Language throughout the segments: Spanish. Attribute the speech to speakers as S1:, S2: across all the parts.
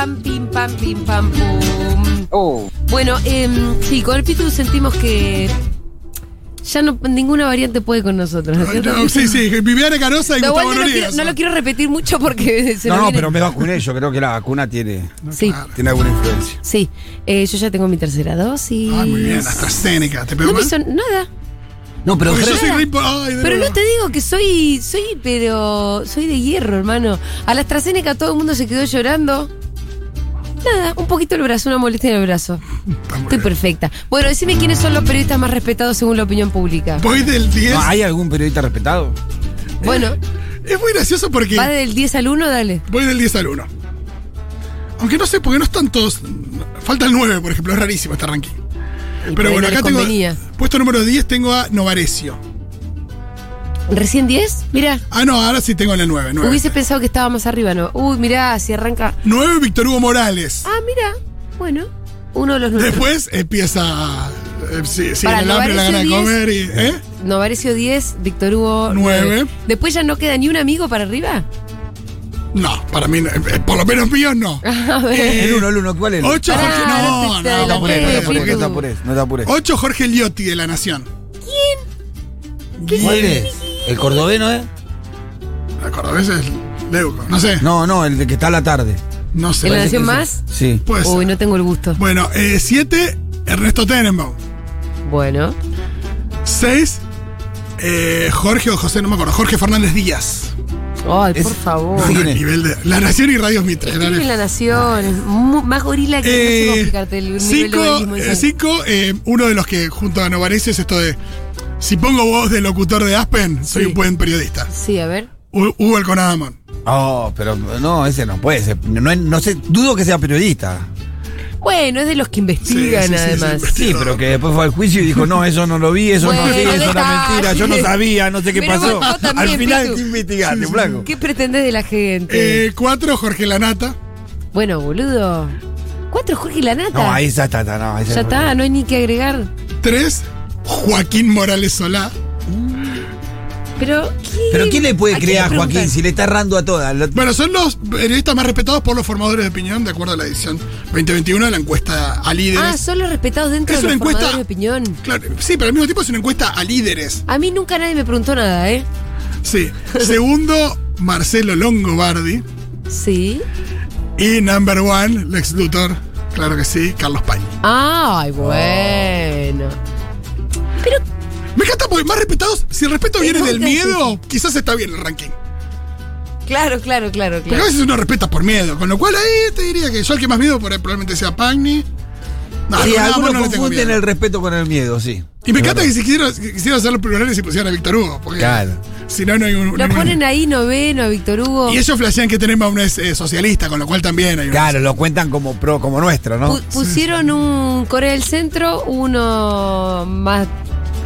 S1: pam, pim, pam, pum.
S2: Oh,
S1: Bueno, em, sí, con el Pitu sentimos que ya no, ninguna variante puede con nosotros. ¿no es
S3: Ay,
S1: cierto,
S3: no,
S1: Pitu?
S3: sí, sí, Viviana Canosa y
S1: Lo cual
S3: Gustavo
S1: no, lo quiero,
S3: Noriega.
S1: no lo quiero repetir mucho porque se
S2: no,
S1: nos
S2: no,
S1: viene-
S2: pero me vacuné. Yo creo que la vacuna tiene,
S1: Sí,
S3: Ah,
S2: tiene alguna influencia.
S1: sí. Eh, yo ya tengo mi tercera dosis.
S3: Ay, ah, muy bien, AstraZeneca. ¿Te pegó
S1: No me
S3: mal?
S1: hizo nada.
S2: No, pero
S3: Porque yo
S2: Fred-
S3: soy re impo- Ay, de
S1: Pero
S3: verdad.
S1: no te digo que soy, soy, pero soy de hierro, hermano. A la AstraZeneca todo el mundo se quedó llorando. Nada, un poquito el brazo, una molestia en el brazo.
S3: Está muy
S1: Estoy
S3: bien.
S1: perfecta. Bueno, decime quiénes son los periodistas más respetados según la opinión pública.
S3: Voy del 10.
S2: ¿No ¿Hay algún periodista respetado?
S1: Bueno,
S3: Es muy gracioso porque
S1: va del 10 al 1, dale.
S3: voy del 10 al 1. Aunque no sé, porque no están todos. Falta el 9, por ejemplo. Es rarísimo este ranking.
S1: Y por
S3: Pero
S1: ahí
S3: bueno,
S1: no les
S3: acá tengo.
S1: convenía.
S3: Puesto número 10 tengo a Novarecio.
S1: ¿Recién 10? Mira,
S3: Ah, no, ahora sí tengo en el 9. 9,
S1: hubiese pensado que estaba más arriba, ¿no? Uy, mirá, si arranca.
S3: 9 Víctor Hugo Morales.
S1: Ah, mira. Bueno, uno de los nuestros.
S3: Después empieza. eh, sí, sí,
S1: Para
S3: el hambre, la gana de
S1: Novarecio,
S3: comer y. ¿eh?
S1: Novarecio 10, Víctor Hugo
S3: Nueve.
S1: 9. Después ya no queda ni un amigo para arriba.
S3: No, para mí, no, eh, por lo menos mío, no.
S1: A ver.
S2: El uno, el uno, ¿cuál es?
S3: 8
S1: Pará,
S3: Jorge.
S1: no
S3: No,
S1: te- te
S3: no,
S1: la
S2: No te
S3: vamos a
S1: pego,
S3: poner,
S1: Pitu.
S2: apures,
S3: porque
S2: no te apures, no te apures.
S3: 8 Jorge Liotti de La Nación. ¿Quién?
S2: ¿Cuál es? ¿El cordobeno, eh?
S3: Me acuerdo, a veces Leuco, no sé.
S2: No,
S3: No,
S2: no, el de que está a la tarde.
S3: sé.
S1: ¿En la
S2: Parece
S1: nación
S2: que
S1: más?
S2: Sí.
S3: Puede ser.
S1: Uy, no tengo el gusto.
S3: Bueno, 7 Ernesto Tenenbaum.
S1: Bueno.
S3: 6 eh, Jorge o José, no me acuerdo. Jorge Fernández Díaz.
S1: Ay,
S2: Es-
S1: por favor.
S2: Sí.
S3: Bueno,
S2: ¿Quién es?
S3: nivel de La Nación y Radios Mitre.
S1: Escribe en la nación. es mu- más gorila que no sé
S3: Eh,
S1: cómo explicarte el nivel de organismo.
S3: 5, eh, uno de los que junto a Novarecio es esto de. Si pongo voz de locutor de Aspen, soy
S1: Sí.
S3: un buen periodista.
S1: Sí, a ver.
S3: U- Hugo Alconadamón.
S2: Oh, pero no, ese no puede ser. No, es- no sé, dudo que sea periodista.
S1: Bueno, es de los que investigan,
S3: Sí, sí, sí, sí,
S1: además.
S3: investigan.
S2: Sí, pero que después fue al juicio y dijo, no, eso no lo vi, eso
S1: Bueno,
S2: no vi, eso
S1: detalles.
S2: era mentira, yo no sabía, no sé qué
S1: Pero
S2: pasó.
S1: vos- vos también,
S2: al final,
S1: Pitu.
S2: ¿qué investigaste, flaco?
S1: ¿Qué pretendes de la gente?
S3: 4, Eh, Jorge Lanata.
S1: Bueno, boludo. Cuatro Jorge Lanata.
S2: No, ahí ya está, está, no, ahí
S1: ya está, no hay ni que agregar.
S3: 3, Joaquín Morales Solá.
S1: Pero, ¿quién-
S2: Pero ¿quién le puede
S1: quién
S2: creer a
S1: le preguntan?
S2: Joaquín si le está errando a todas? Lo-
S3: Bueno, son los periodistas más respetados por los formadores de opinión, de acuerdo a la edición 2021 de la encuesta a líderes.
S1: Ah, son los respetados dentro
S3: Es
S1: de los
S3: una encuesta-
S1: formadores de opinión.
S3: Claro, sí, pero al mismo tiempo es una encuesta a líderes.
S1: A mí nunca nadie me preguntó nada, ¿eh?
S3: Sí. Segundo, Marcelo Longobardi.
S1: Sí.
S3: Y number one, Lex Luthor. Claro que sí, Carlos Pañi. Oh.
S1: Ay, bueno.
S3: Me encanta porque más respetados, si el respeto viene del
S1: Entonces,
S3: miedo, quizás está bien el ranking.
S1: Claro, claro, claro,
S3: Porque a
S1: claro.
S3: veces uno respeta por miedo, con lo cual ahí te diría que yo el que más miedo por ahí probablemente sea Pagni. No,
S2: Sí,
S3: no, no,
S2: algunos
S3: no le tengo
S2: confunden
S3: miedo.
S2: el respeto con el miedo, sí.
S3: Y me encanta que si quisieran, que quisieran hacer los plurales y pusieran a Víctor Hugo. Porque
S2: Claro.
S3: Si no, no hay un. no
S1: Lo
S3: hay un-
S1: ponen ahí noveno a Víctor Hugo.
S3: Y ellos flashean que tenemos un es eh, socialista, con lo cual también hay un.
S2: Claro, lo cuentan como pro, como nuestro,
S3: Ah,
S2: ¿no?
S1: Pu- pusieron un Corea del Centro, uno más.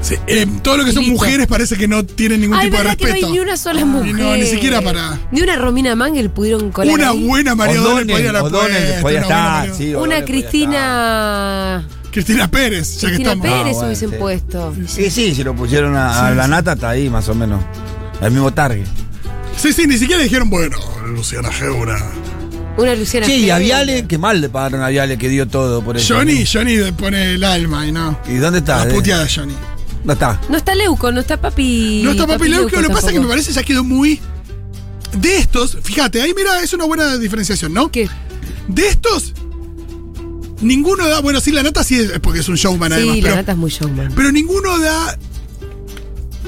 S3: Sí, eh, todo lo que son
S1: Listo.
S3: mujeres parece que no tienen ningún
S1: Ay,
S3: tipo de
S1: verdad que
S3: respeto.
S1: no hay ni una sola
S3: Y
S1: mujer.
S3: no, ni siquiera para.
S1: Ni una Romina Mangel pudieron colar.
S3: Una
S1: ahí.
S3: buena María O'Donnell
S2: O'Donnell,
S3: podía la
S2: O'Donnell
S3: puesta,
S2: podía
S3: una buena
S2: estar,
S3: María-
S2: sí, O'Donnell
S1: Una
S2: podía estar.
S1: Cristina.
S3: Cristina Pérez, ya que
S1: Cristina
S3: estamos.
S1: Pérez
S2: Ah, bueno,
S1: hubiesen
S2: sí.
S1: puesto.
S2: Sí, sí, si lo pusieron a, a la nata, está ahí más o menos. El mismo target.
S3: Sí, sí, ni siquiera dijeron, bueno, Luciana Geura.
S1: Una Luciana.
S2: Sí, y a
S1: Fernández.
S2: Viale, qué mal le pagaron a Viale que dio todo por eso.
S3: Johnny, Johnny le pone el alma y no.
S2: ¿Y dónde está?
S3: La
S2: eh?
S3: puteada, Johnny.
S2: No está.
S1: No está Leuco, no está Papi.
S3: No está Papi Leuco, lo que pasa es que me
S1: tampoco.
S3: parece ya quedó muy. De estos, fíjate, ahí mira, es una buena diferenciación, ¿no?
S1: ¿Qué?
S3: De estos, ninguno da. Bueno, sí, la nata sí es porque es un showman además.
S1: Sí, la
S3: pero,
S1: nata es muy showman.
S3: pero ninguno da.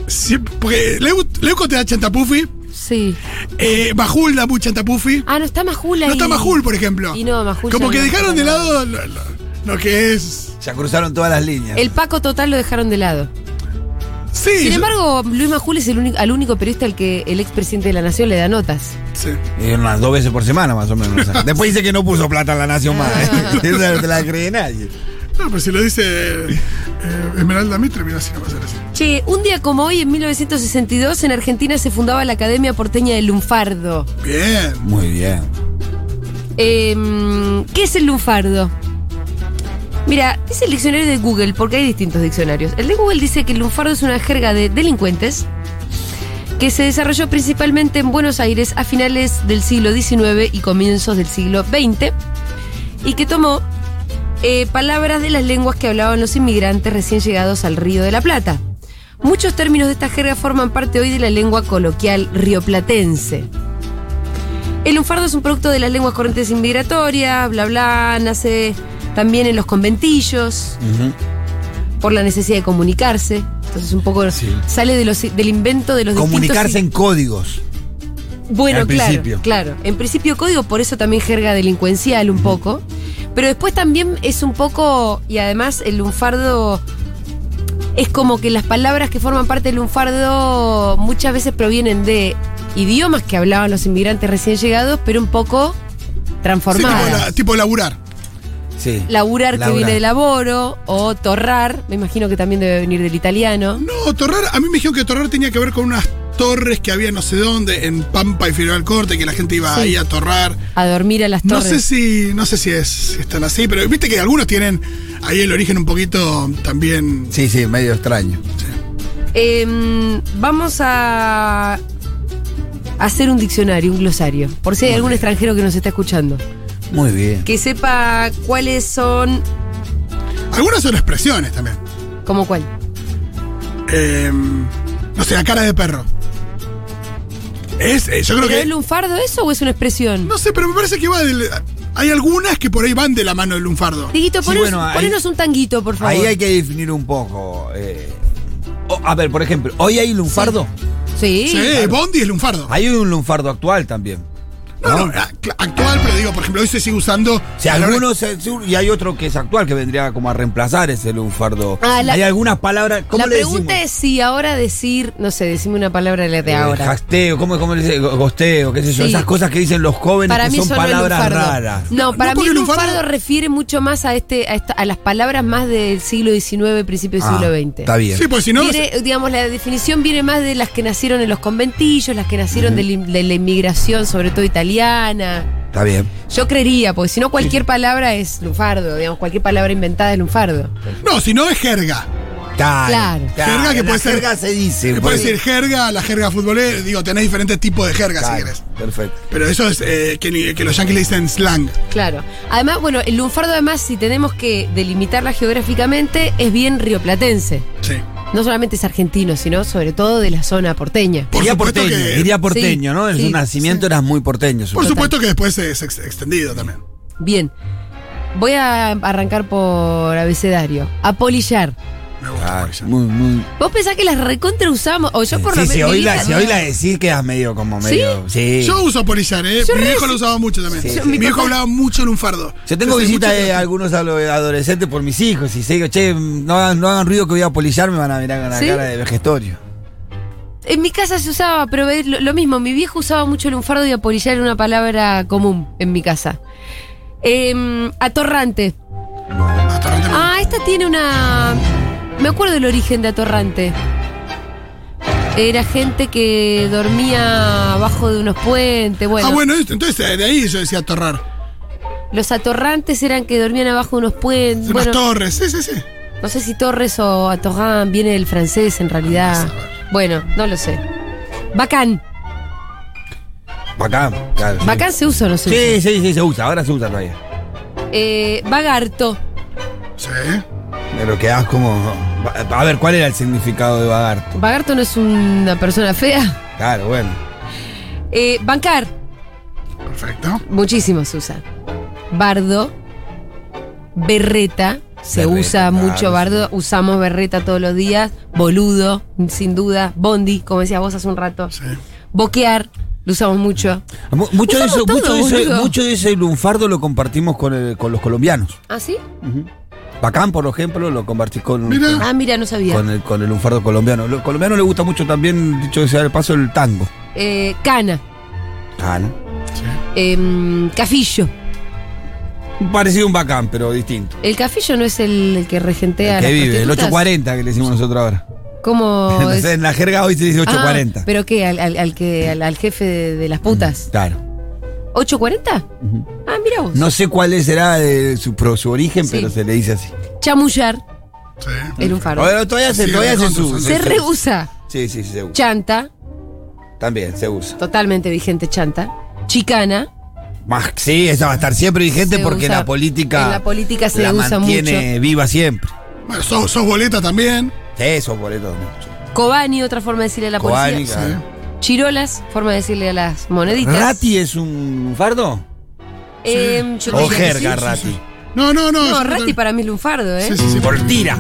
S3: sí, porque Leu- Leuco te da chantapufi.
S1: Sí.
S3: Eh, Majul da muy chantapufi.
S1: Ah, no está Majul ahí.
S3: no está Majul, por ejemplo.
S1: Y no, Majul
S3: Como
S1: ya
S3: que
S1: no
S3: dejaron
S1: está
S3: de
S1: nada.
S3: lado lo, lo- lo que es.
S2: Se cruzaron todas las líneas.
S1: El Paco total lo dejaron de lado.
S3: Sí.
S1: Sin
S3: yo-
S1: embargo, Luis Majul es el único, al único periodista al que el expresidente de la Nación le da notas.
S3: sí.
S2: Y Eh, unas dos veces por semana, más o menos. Después dice que no puso plata en la nación
S1: Ah.
S2: más. ¿eh? Esa no te la cree nadie.
S3: No, pero si lo dice eh, eh, Esmeralda Mitre, mira si no va a ser así.
S1: Che, un día como hoy, en 1962, en Argentina se fundaba la Academia Porteña del Lunfardo.
S3: Bien.
S2: Muy bien.
S1: Em, ¿Qué es el lunfardo? Mira, es el diccionario de Google, porque hay distintos diccionarios. El de Google dice que el lunfardo es una jerga de delincuentes que se desarrolló principalmente en Buenos Aires a finales del siglo XIX y comienzos del siglo XX y que tomó eh, palabras de las lenguas que hablaban los inmigrantes recién llegados al Río de la Plata. Muchos términos de esta jerga forman parte hoy de la lengua coloquial rioplatense. El lunfardo es un producto de las lenguas corrientes inmigratorias, bla bla, nace también en los conventillos
S2: Ujú.
S1: por la necesidad de comunicarse. Entonces un poco sale de los- del invento de los
S2: Comunicarse
S1: distintos-
S2: en códigos.
S1: Bueno,
S2: al
S1: claro,
S2: principio.
S1: claro. En principio código, por eso también jerga delincuencial un poco. Pero después también es un poco y además el lunfardo es como que las palabras que forman parte del lunfardo muchas veces provienen de idiomas que hablaban los inmigrantes recién llegados, pero un poco
S3: Sí, tipo,
S1: transformadas.
S3: la- tipo laburar.
S2: Sí.
S1: Laburar, que viene de
S2: la
S1: laboro, o torrar, me imagino que también debe venir del italiano.
S3: No, Torrar, a mí me dijeron que Torrar tenía que ver con unas torres que había no sé dónde, en Pampa y Figueroa del Corte, que la gente iba
S1: Sí.
S3: ahí a torrar.
S1: A dormir a las
S3: No
S1: torres.
S3: sé si, no sé si es si están así, pero viste que algunos tienen ahí el origen un poquito también.
S2: Sí, sí, medio extraño.
S1: Em, vamos a hacer un diccionario, un glosario, por si hay algún extranjero que nos está escuchando,
S2: Muy bien.
S1: que sepa cuáles son,
S3: Algunas son expresiones también.
S1: como cuál.
S3: Eh, no sé, la cara de perro. Es, eh, yo creo
S1: ¿Pero es
S3: que.
S1: lunfardo eso o es una expresión?
S3: No sé, pero me parece que va del. Hay algunas que por ahí van de la mano del lunfardo.
S1: Diguito,
S2: Sí,
S1: ponos,
S2: bueno, ahí-
S1: ponenos un tanguito, por favor.
S2: Ahí hay que definir un poco. eh. O- a ver, por ejemplo, hoy hay lunfardo.
S1: Sí.
S3: Sí, Bondi es lunfardo.
S2: Hay un lunfardo actual también.
S3: No, no, ac- actual, pero digo, por ejemplo, hoy se sigue usando.
S2: Si
S3: a la hora-
S2: algunos se- sur- y hay otro que es actual que vendría como a reemplazar ese lunfardo.
S1: Ah, la-
S2: hay algunas palabras. ¿Cómo
S1: La
S2: le
S1: pregunta
S2: decimos?
S1: es si ahora decir, no sé, decime una palabra de la de
S2: Eh,
S1: ahora.
S2: jasteo, ¿cómo, cómo le dice? Go- Gosteo, qué sé yo,
S1: Sí.
S2: esas cosas que dicen los jóvenes
S1: Para
S2: que
S1: mí
S2: son
S1: solo el
S2: palabras
S1: lunfardo.
S2: raras.
S1: No,
S3: No,
S1: para mí
S3: porque
S1: el
S3: el
S1: lunfardo,
S3: lunfardo
S1: refiere mucho más a este, a, esta- a las palabras más del siglo XIX, principio del
S2: Ah,
S1: siglo XX.
S2: Está bien.
S3: Sí, pues si no.
S1: Viene, digamos, la definición viene más de las que nacieron en los conventillos, las que nacieron de, la, de la inmigración, sobre todo italiana.
S2: Está bien.
S1: Yo creería, porque si no cualquier palabra es lunfardo, digamos, cualquier palabra inventada es lunfardo.
S3: No, si no es jerga.
S1: Claro.
S3: Jerga que
S2: la
S3: puede ser-
S2: jerga se dice.
S3: Te
S2: por
S3: puede
S2: ahí.
S3: decir jerga, la jerga futbolera. Digo, tenés diferentes tipos de jerga si
S2: Claro,
S3: querés.
S2: Perfecto.
S3: Pero eso es eh, que, ni- que los yankees le dicen slang.
S1: Claro. Además, bueno, el lunfardo, además, si tenemos que delimitarla geográficamente, es bien rioplatense.
S3: Sí.
S1: No solamente es argentino, sino sobre todo de la zona porteña.
S3: Por
S2: iría
S3: supuesto
S2: porteño,
S3: que-
S2: iría porteño,
S1: Sí,
S2: ¿no? En
S1: sí,
S2: su nacimiento eras muy porteño.
S3: Por
S2: supongo.
S3: supuesto que después es ex- extendido también.
S1: Bien. Voy a arrancar por abecedario. Apolillar.
S3: Me gusta.
S2: Ah,
S3: por eso.
S2: muy, muy.
S1: ¿Vos pensás que las recontra usamos? O yo por lo
S2: Sí,
S1: menos.
S2: si
S1: mi
S2: hoy,
S1: vida-
S2: la, si hoy la decís, quedas medio como
S1: ¿Sí?
S2: medio. Sí.
S3: Yo uso polillar, ¿eh?
S1: Yo
S3: mi
S1: re-
S3: viejo lo usaba mucho también.
S2: Sí,
S3: mi,
S1: sí.
S3: viejo hablaba mucho el lunfardo.
S2: Yo tengo
S3: Entonces,
S2: visitas
S3: mucho-
S2: de algunos alo- adolescentes por mis hijos y se digo, che, no hagan, no hagan ruido que voy a polillar, me van a mirar con la
S1: ¿Sí?
S2: cara de vejestorio.
S1: En mi casa se usaba, pero es lo, lo mismo, mi viejo usaba mucho lunfardo y apolillar era una palabra común en mi casa. Em, atorrante.
S3: Ah, torrente me-
S1: Ah, esta tiene una... Me acuerdo el origen de atorrante. Era gente que dormía abajo de unos puentes. Bueno,
S3: Ah, bueno, esto- entonces eh, de ahí yo decía torrar.
S1: los atorrantes eran que dormían abajo de unos puentes.
S3: Unas
S1: Bueno,
S3: torres, sí, sí, sí.
S1: no sé si Torres o Atorrán viene del francés en realidad. Bueno, no lo sé. Bacán.
S2: Bacán, claro. sí.
S1: Bacán se usa o no se usa.
S2: Sí, sí, sí, se usa, ahora se usa todavía.
S1: Eh, vagarto.
S3: Sí.
S2: Pero quedás como. A ver, ¿cuál era el significado de vagar?
S1: Vagarto no es una persona fea.
S2: Claro, bueno.
S1: Eh, bancar.
S3: Perfecto.
S1: Muchísimo se usa. Bardo. Berreta. Se
S2: Berreta,
S1: usa
S2: claro,
S1: mucho bardo. Usamos berreta todos los días. Boludo, sin duda. Bondi, como decías vos hace un rato.
S3: Sí.
S1: Boquear. Lo usamos mucho.
S2: Mu- Mucho de,
S1: Usamos
S2: eso,
S1: todo,
S2: mucho, de ese,
S1: boludo.
S2: mucho de ese lunfardo lo compartimos con, el- con los colombianos.
S1: ¿Ah, sí?
S2: Bacán, por ejemplo, lo compartí con,
S3: Mira.
S1: Ah, mira, no sabía.
S2: con el, con el lunfardo colombiano. Los colombianos les gusta mucho también, dicho sea de paso, el tango.
S1: Eh, cana.
S2: Ah, ¿no?
S1: Em, cafillo.
S2: Parecido a un bacán, pero distinto.
S1: El cafillo no es el, el que regentea.
S2: El que
S1: las
S2: vive, el
S1: prostitutas?
S2: 840 que le decimos nosotros ahora.
S1: ¿Cómo?
S2: No
S1: es?
S2: sé, en la jerga hoy se dice
S1: Ah,
S2: 840.
S1: ¿Pero qué? ¿Al, al- al que, al, al jefe de, de las putas?
S2: Claro.
S1: ¿840? Ah, mira vos.
S2: No sé cuál será de su, pro- su origen,
S1: Sí.
S2: pero se le dice así.
S1: Chamullar,
S3: Sí.
S1: el lunfardo.
S2: Bueno, todavía se,
S3: Sí,
S2: todavía se
S3: recontra,
S2: su-
S3: sí.
S1: Se rehúsa.
S2: Sí, sí, sí, se usa.
S1: Chanta,
S2: También se usa.
S1: totalmente vigente chanta. Chicana,
S2: Más, sí, esa va a estar siempre vigente
S1: Se
S2: porque
S1: usa-
S2: la política.
S1: en la política se
S2: la
S1: usa
S2: mantiene viva siempre.
S3: Bueno, sos, sos boleta también.
S2: Eso, boleto.
S1: Cobani, otra forma de decirle a la
S2: Cobani,
S1: policía.
S2: claro.
S1: Chirolas, forma de decirle a las moneditas.
S2: ¿Rati es un fardo?
S1: Em, yo
S2: O
S1: creo que sí.
S2: jerga, Rati.
S3: sí. No, no, no.
S1: No,
S3: yo-
S1: Rati para mí es lunfardo, ¿eh?
S3: Sí, sí, sí.
S2: Por tira.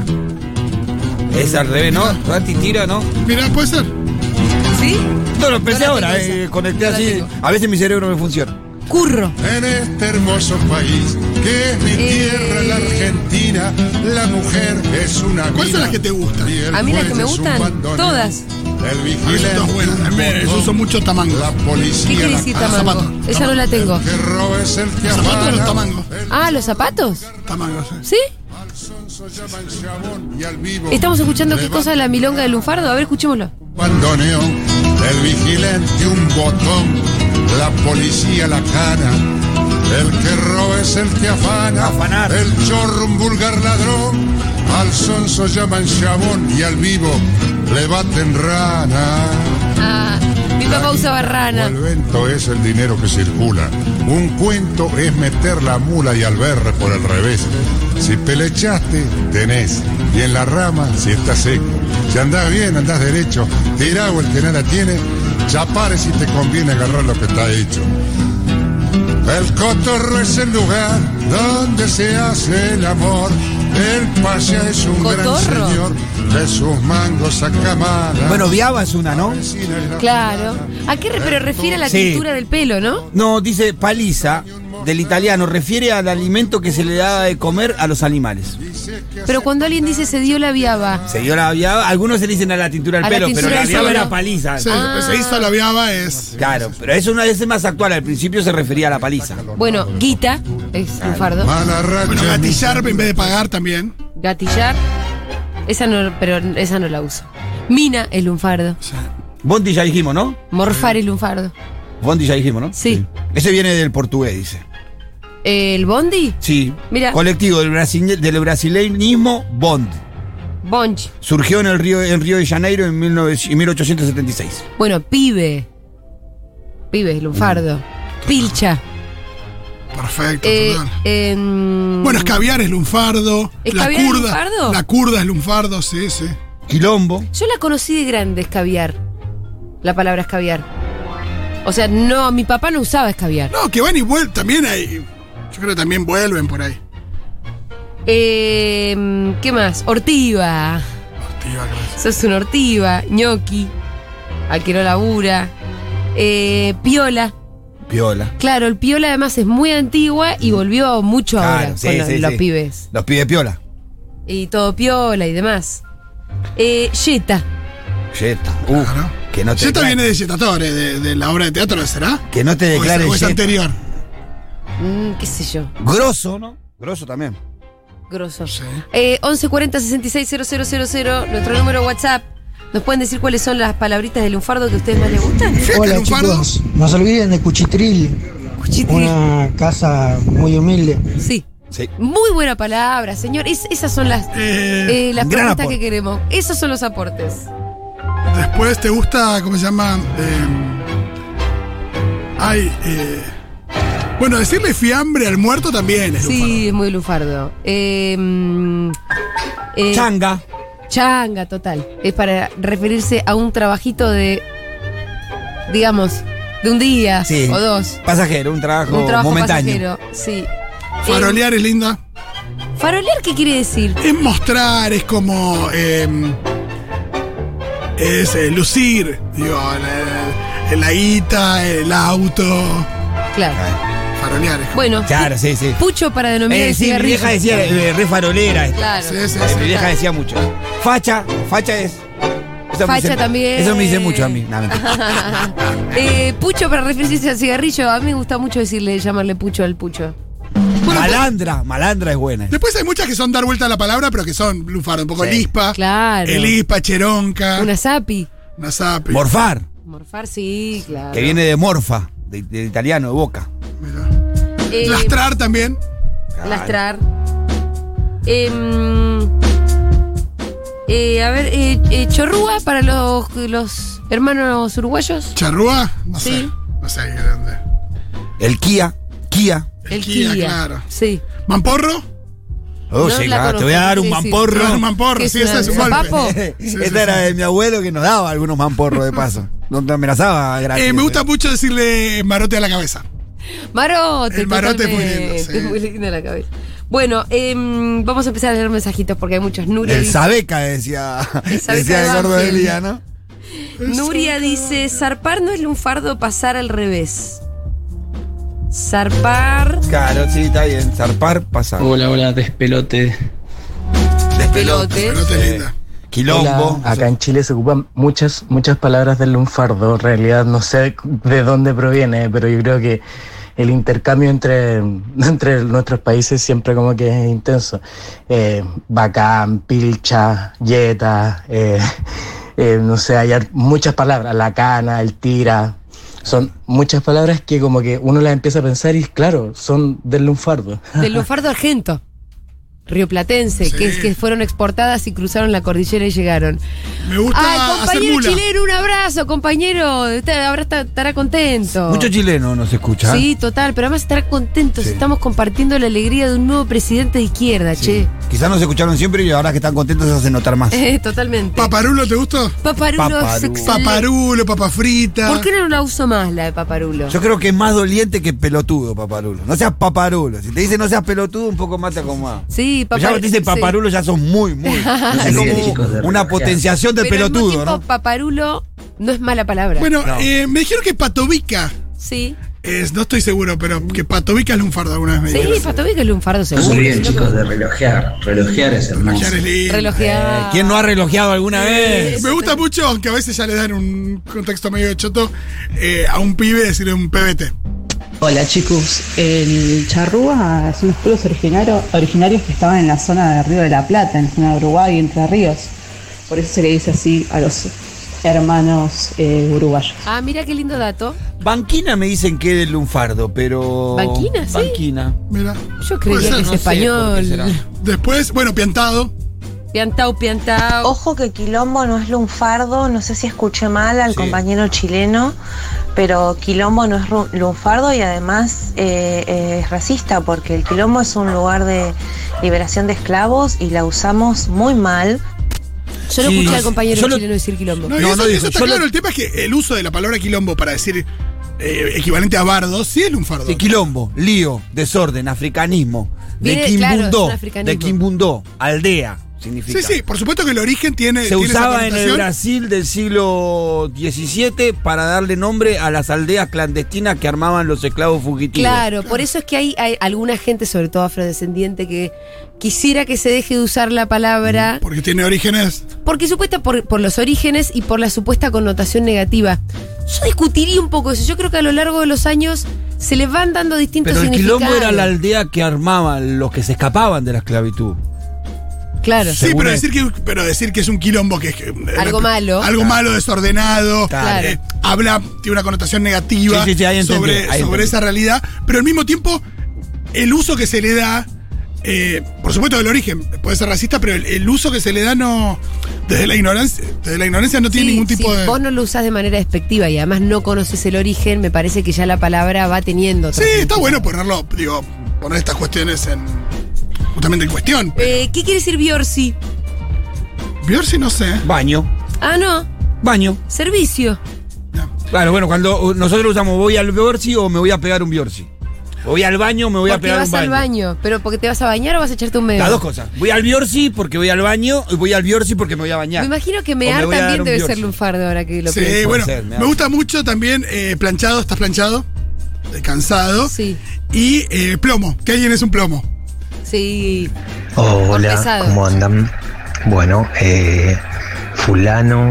S2: Es al revés, ¿no? Rati tira, ¿no?
S3: Mirá, puede ser.
S1: ¿Sí?
S2: No, lo empecé
S1: No la
S2: ahora,
S1: tengo
S2: eh,
S1: esa.
S2: conecté
S1: No la
S2: así.
S1: tengo.
S2: A veces mi cerebro me funciona.
S1: Curro.
S4: En este hermoso país que es mi
S1: Eh.
S4: tierra, la Argentina, la mujer es una
S3: ¿Cuáles son las que te gustan? Ah,
S1: A mí las que me gustan, todas.
S4: El vigilante,
S3: Esto es bueno.
S4: un
S3: también, Yo
S4: morón,
S3: uso mucho tamango.
S4: la
S1: ¿Qué
S4: policía,
S1: quiere
S4: la
S1: decir
S4: casa,
S1: tamango?
S3: zapato.
S1: Esa no la tengo.
S4: que robes el que
S3: ¿Zapatos o
S4: amara,
S3: los tamangos?
S4: el
S1: Ah, ¿los zapatos?
S3: Tamango, sí.
S1: ¿Sí?
S4: sonso llama el jabón y al vivo
S1: Estamos escuchando qué
S4: levanta
S1: cosa de la milonga de Lunfardo. A ver, escuchémoslo.
S4: un bandoneón, el vigilante un botón, la policía la cara, el que roba es el que afana,
S2: Afanar.
S4: el chorro un vulgar ladrón, al sonso llaman chabón y al vivo le baten rana.
S1: Ah, mi papá usaba rana.
S4: El vento es el dinero que circula. Un cuento es meter la mula y al berre por el revés. Si pelechaste, tenés. Y en la rama, si estás seco. Si andás bien, andás derecho. Tirá o el que nada tiene. Ya pares si te conviene agarrar lo que está hecho. El cotorro es el lugar donde se hace el amor. El paya es un gran
S1: ¿Cotorro?
S4: señor de sus mangos a camada.
S2: Bueno, Viaba es una, ¿no?
S1: Claro. ¿A qué re- pero refiere a la
S2: Sí.
S1: tintura del pelo, no?
S2: No, dice paliza del italiano, refiere al alimento que se le da de comer a los animales.
S1: Pero cuando alguien dice se dio la viaba,
S2: Se dio la viaba, algunos se le dicen a la tintura del
S1: A la
S2: pelo, pero
S1: tintura
S2: la
S1: del
S2: viaba
S1: pelo.
S2: era paliza.
S3: Sí,
S1: Ah.
S3: Se hizo la viaba es.
S2: Claro, pero es una vez más actual, al principio se refería a la paliza.
S1: bueno, guita es Lunfardo.
S4: Mala racha.
S3: Bueno, gatillar en vez de pagar también.
S1: Gatillar, esa no, pero esa no la uso. Mina es Lunfardo.
S2: Bondi ya dijimos, ¿no?
S1: Morfar es Lunfardo.
S2: Bondi ya dijimos, ¿no?
S1: Sí.
S2: Ese viene del portugués, dice.
S1: Eh, ¿El bondi?
S2: Sí.
S1: Mirá.
S2: Colectivo del, brasile- del brasileñismo Bond.
S1: Bonch.
S2: Surgió en el Río, en Río de Janeiro en 19 en 1876.
S1: Bueno, pibe. Pibe es Lunfardo. Pilcha.
S3: Perfecto,
S1: Eh,
S3: perdón.
S1: em,
S3: Bueno, escabiar es lunfardo.
S1: ¿Escabiar
S3: la
S1: es
S3: curda.
S1: lunfardo?
S3: La curda es lunfardo, sí, sí.
S2: Quilombo.
S1: Yo la conocí de grande, escabiar. La palabra escabiar. O sea, no, mi papá no usaba escabiar.
S3: No, que van y vuelven. También hay. Yo creo que también vuelven por ahí.
S1: Eh, ¿Qué más? Ortiva.
S3: Hostia, gracias.
S1: Sos un ortiva. ñoqui. Al que no labura. Eh, piola.
S2: Piola.
S1: Claro, el piola además es muy antigua y volvió mucho ahora
S2: Claro, sí,
S1: con los,
S2: sí,
S1: los
S2: sí.
S1: pibes.
S2: Los pibes piola.
S1: Y todo piola y demás. Eh, Yeta.
S2: Yeta. Uh,
S3: Claro.
S2: que no te
S3: Zeta
S2: declare-
S3: viene de Zetatore, de, de la obra de teatro, ¿será?
S2: Que no te
S3: O es-
S2: declare
S3: o es
S2: yeta.
S3: anterior.
S1: Mm, ¿Qué sé yo?
S2: Grosso, ¿no? Grosso también.
S1: Grosso.
S3: Sí.
S1: Eh, 1140 000, nuestro número WhatsApp. ¿Nos pueden decir cuáles son las palabritas del lunfardo que a ustedes más les gustan?
S3: Fiesta
S5: Hola
S3: lunfardo.
S5: chicos, no se olviden de Cuchitril,
S1: Cuchitril.
S5: una casa muy humilde.
S1: Sí.
S2: Sí.
S1: Muy buena palabra, señor. Es- esas son las, eh,
S3: Eh,
S1: las
S2: gran
S1: preguntas
S2: aporte.
S1: que queremos. Esos son los aportes.
S3: Después te gusta, ¿cómo se llama? Eh, ay, eh, bueno, decirle fiambre al muerto también es
S1: Sí, es muy lunfardo. Eh, mm, eh,
S2: Changa.
S1: changa, total. Es para referirse a un trabajito de, digamos, de un día
S2: Sí.
S1: o dos.
S2: Pasajero, un trabajo,
S1: Un trabajo
S2: momentáneo.
S1: pasajero. Sí.
S3: lunfardo.
S1: Eh,
S3: Farolear es linda.
S1: ¿Farolear qué quiere decir?
S3: Es mostrar, es como. eh, es eh, lucir. Digo, la, la guita, el auto.
S1: Claro.
S3: Farolear es como-
S1: Bueno,
S2: Claro, sí, sí.
S1: pucho para denominar
S2: Eh,
S1: el
S2: sí, mi
S1: cigarrillo.
S2: vieja decía eh, re farolera. esta.
S1: Claro.
S3: Sí, sí,
S2: Eh, mi
S3: sí.
S2: vieja decía mucho. Facha, facha es.
S1: Facha
S2: Eso me dice-
S1: también.
S2: Eso me dice mucho a mí. No, mentira.
S1: Eh, pucho para referirse al cigarrillo. A mí me gusta mucho decirle, llamarle pucho al pucho.
S2: malandra, malandra es buena.
S3: pues, Después hay muchas que son dar vuelta a la palabra, pero que son lunfardo. Un poco
S2: Sí.
S3: lispa.
S1: Claro.
S3: eh, lispa, cheronca.
S1: Una zapi.
S3: Una zapi.
S2: Morfar,
S1: Morfar, sí, claro.
S2: que viene de morfa, de- del italiano, de boca.
S3: Mirá.
S1: Eh,
S3: Lastrar también.
S1: Lastrar. Em, eh, a ver, eh, eh, chorrúa para los, los hermanos uruguayos.
S3: Charrúa. No
S1: Sí.
S3: sé. No sé qué grande.
S2: El Kia, Kia.
S1: El
S3: Kia,
S1: Kia.
S3: claro.
S1: Sí.
S3: ¿Mamporro?
S2: Oh,
S1: No
S2: sí,
S1: la
S2: claro, te voy a
S1: conozco,
S2: dar un
S1: sí, sí.
S3: Te voy a dar
S2: mamporro.
S3: un mamporro,
S1: ¿Qué
S3: sí, ese es un golpe.
S1: ¿Papo?
S2: Esta era
S3: Eh,
S2: de mi abuelo que nos daba algunos mamporros de paso. No te amenazaba, gracias.
S3: Eh, me gusta mucho decirle marote a la cabeza.
S1: Marote,
S3: El marote es muy lindo,
S1: totalmente.
S3: sí.
S1: Es muy lindo la cabeza. Bueno, em, vamos a empezar a leer mensajitos porque hay muchos. Nuria,
S2: El
S1: dice-
S2: Sabeca decía,
S1: Sabeca
S2: decía el
S1: de
S2: gordo de
S1: Banfield.
S2: Lía, ¿no?
S1: Nuria dice: zarpar no es lunfardo, pasar al revés. Zarpar.
S2: Claro, sí, está bien. Zarpar, pasar.
S6: Hola, hola, despelote.
S1: Pelote.
S3: Marote
S2: Eh,
S3: linda.
S2: Quilombo.
S6: Acá en Chile se ocupan muchas, muchas palabras del lunfardo. En realidad no sé de dónde proviene, pero yo creo que el intercambio entre, entre nuestros países siempre como que es intenso. Eh, bacán, pilcha, yeta, eh, eh, no sé, hay har- muchas palabras, la cana, el tira. Son muchas palabras que como que uno las empieza a pensar y claro, son del lunfardo.
S1: Del lunfardo argento. Rioplatense,
S3: Sí.
S1: que, que fueron exportadas y cruzaron la cordillera y llegaron.
S3: Me gusta
S1: Ay,
S3: hacer
S1: compañero
S3: mula.
S1: chileno, un abrazo, compañero. Usted ahora está- estará contento.
S2: Muchos chilenos nos ¿eh? escuchan.
S1: Sí, total, pero además estar contentos.
S2: Sí.
S1: Estamos compartiendo la alegría de un nuevo presidente de izquierda,
S2: Sí. Quizás nos escucharon siempre y ahora que están contentos se hacen notar más.
S1: che. Eh, totalmente.
S3: ¿Paparulo te gustó?
S1: Paparulo
S2: Paparu-
S1: es excelente.
S3: Paparulo, papa frita.
S1: ¿Por qué no la uso más la de paparulo?
S2: Yo creo que es más doliente que pelotudo, paparulo. No seas paparulo. Si te dicen no seas pelotudo, un poco más te acomoda.
S1: sí,
S2: Pero
S1: paparulo.
S2: ya cuando te dicen paparulo, ya sos muy, muy. es
S6: Sí,
S2: como
S6: chicos, de
S2: una
S6: verdad.
S2: potenciación del pelotudo, ¿no?
S1: Paparulo no es mala palabra.
S3: Bueno,
S2: No.
S3: eh, me dijeron que patovica.
S1: sí.
S3: Es, no estoy seguro, pero que patovica es lunfardo alguna vez me
S1: Sí,
S3: dijeron.
S1: Patovic es lunfardo seguro.
S7: bien, chicos, de relojear. Relojear es hermoso.
S3: Maquiar es lindo.
S1: Relojeado.
S2: Eh, ¿Quién no ha relojeado alguna
S3: Eh,
S2: vez?
S3: me gusta mucho, aunque a veces ya le dan un contexto medio choto, eh, a un pibe decirle un PBT.
S8: Hola chicos, el charrúa son los pueblos originarios, originarios que estaban en la zona de Río de la Plata, en la zona de Uruguay y Entre Ríos. Por eso se le dice así a los hermanos eh, uruguayos.
S1: Ah, mira qué lindo dato.
S2: Banquina me dicen que es del lunfardo, pero.
S1: Banquina, sí.
S2: Banquina.
S3: Mira.
S1: Yo
S3: Puede
S1: creía
S3: ser,
S1: que es
S3: no sé
S1: español.
S3: Después, bueno, piantado.
S1: Piantao, piantao.
S9: Ojo que quilombo no es lunfardo, no sé si escuché mal al
S2: Sí.
S9: compañero chileno, pero quilombo no es ru- lunfardo y además eh, eh, es racista porque el quilombo es un lugar de liberación de esclavos y la usamos muy mal.
S1: Yo lo
S2: Sí.
S1: escuché al compañero
S2: Yo lo-
S1: chileno decir quilombo.
S3: No, y
S2: No,
S3: eso,
S2: no
S3: y
S2: dijo,
S3: eso está
S2: yo lo-
S3: claro. El tema es que el uso de la palabra quilombo para decir eh, equivalente a bardo, sí es lunfardo.
S2: De quilombo, lío, desorden, africanismo. De
S1: Viene-
S2: Kimbundó.
S1: claro, es un africanismo.
S2: de Kimbundó, aldea, significa.
S3: Sí, sí, por supuesto que el origen tiene.
S2: Se
S3: tiene esa
S2: usaba en el
S3: connotación.
S2: Brasil del siglo XVII para darle nombre a las aldeas clandestinas que armaban los esclavos fugitivos.
S1: Claro, por eso es que hay, hay alguna gente, sobre todo afrodescendiente, que quisiera que se deje de usar la palabra,
S3: Porque tiene orígenes.
S1: porque supuesta por, por los orígenes y por la supuesta connotación negativa. Yo discutiría un poco eso. Yo creo que a lo largo de los años se le van dando distintos
S2: Pero el
S1: significados.
S2: quilombo era la aldea que armaban los que se escapaban de la esclavitud.
S1: Claro.
S3: Sí,
S2: Según
S3: pero
S2: él.
S3: decir, que, pero decir que es un quilombo, que es. que- eh,
S1: Algo malo.
S3: Algo malo, desordenado.
S1: Claro.
S3: eh, habla, tiene una connotación negativa
S2: Sí, sí, sí, ahí entendí,
S3: sobre,
S2: ahí
S3: sobre
S2: entendí.
S3: esa realidad. Pero al mismo tiempo, el uso que se le da. eh, por supuesto del origen, puede ser racista, pero el, el uso que se le da no. Desde la ignorancia, desde la ignorancia no tiene
S1: Sí,
S3: ningún tipo
S1: si
S3: de.
S1: Vos no lo usás de manera despectiva y además no conoces el origen, me parece que ya la palabra va teniendo. otro
S3: Sí, está
S1: significado.
S3: bueno ponerlo, digo, poner estas cuestiones en. justamente en cuestión.
S1: Eh, ¿Qué quiere decir Biorsi?
S3: Biorsi no sé.
S2: Baño.
S1: Ah, no,
S2: Baño.
S1: servicio.
S2: Claro, bueno, cuando uh, nosotros usamos voy al biorsi o me voy a pegar un biorsi. Voy al baño o me voy a
S1: porque
S2: pegar
S1: vas
S2: un baño.
S1: al baño, pero porque te vas a bañar o vas a echarte un medio.
S2: Las dos cosas. Voy al biorsi porque voy al baño y voy al biorsi porque me voy a bañar.
S1: Me imagino que
S2: O
S1: mear
S2: voy a dar
S1: también
S2: un
S1: debe
S2: biorsi.
S1: ser lunfardo ahora que lo
S3: Sí,
S1: pienso.
S3: bueno,
S2: ser, me
S3: me
S2: da.
S3: gusta mucho también eh, planchado, estás planchado, eh, cansado.
S1: Sí,
S3: Y eh, plomo, que alguien es un plomo.
S1: sí. Por
S10: Hola,
S1: pesado.
S10: ¿cómo andan? Bueno, eh, fulano,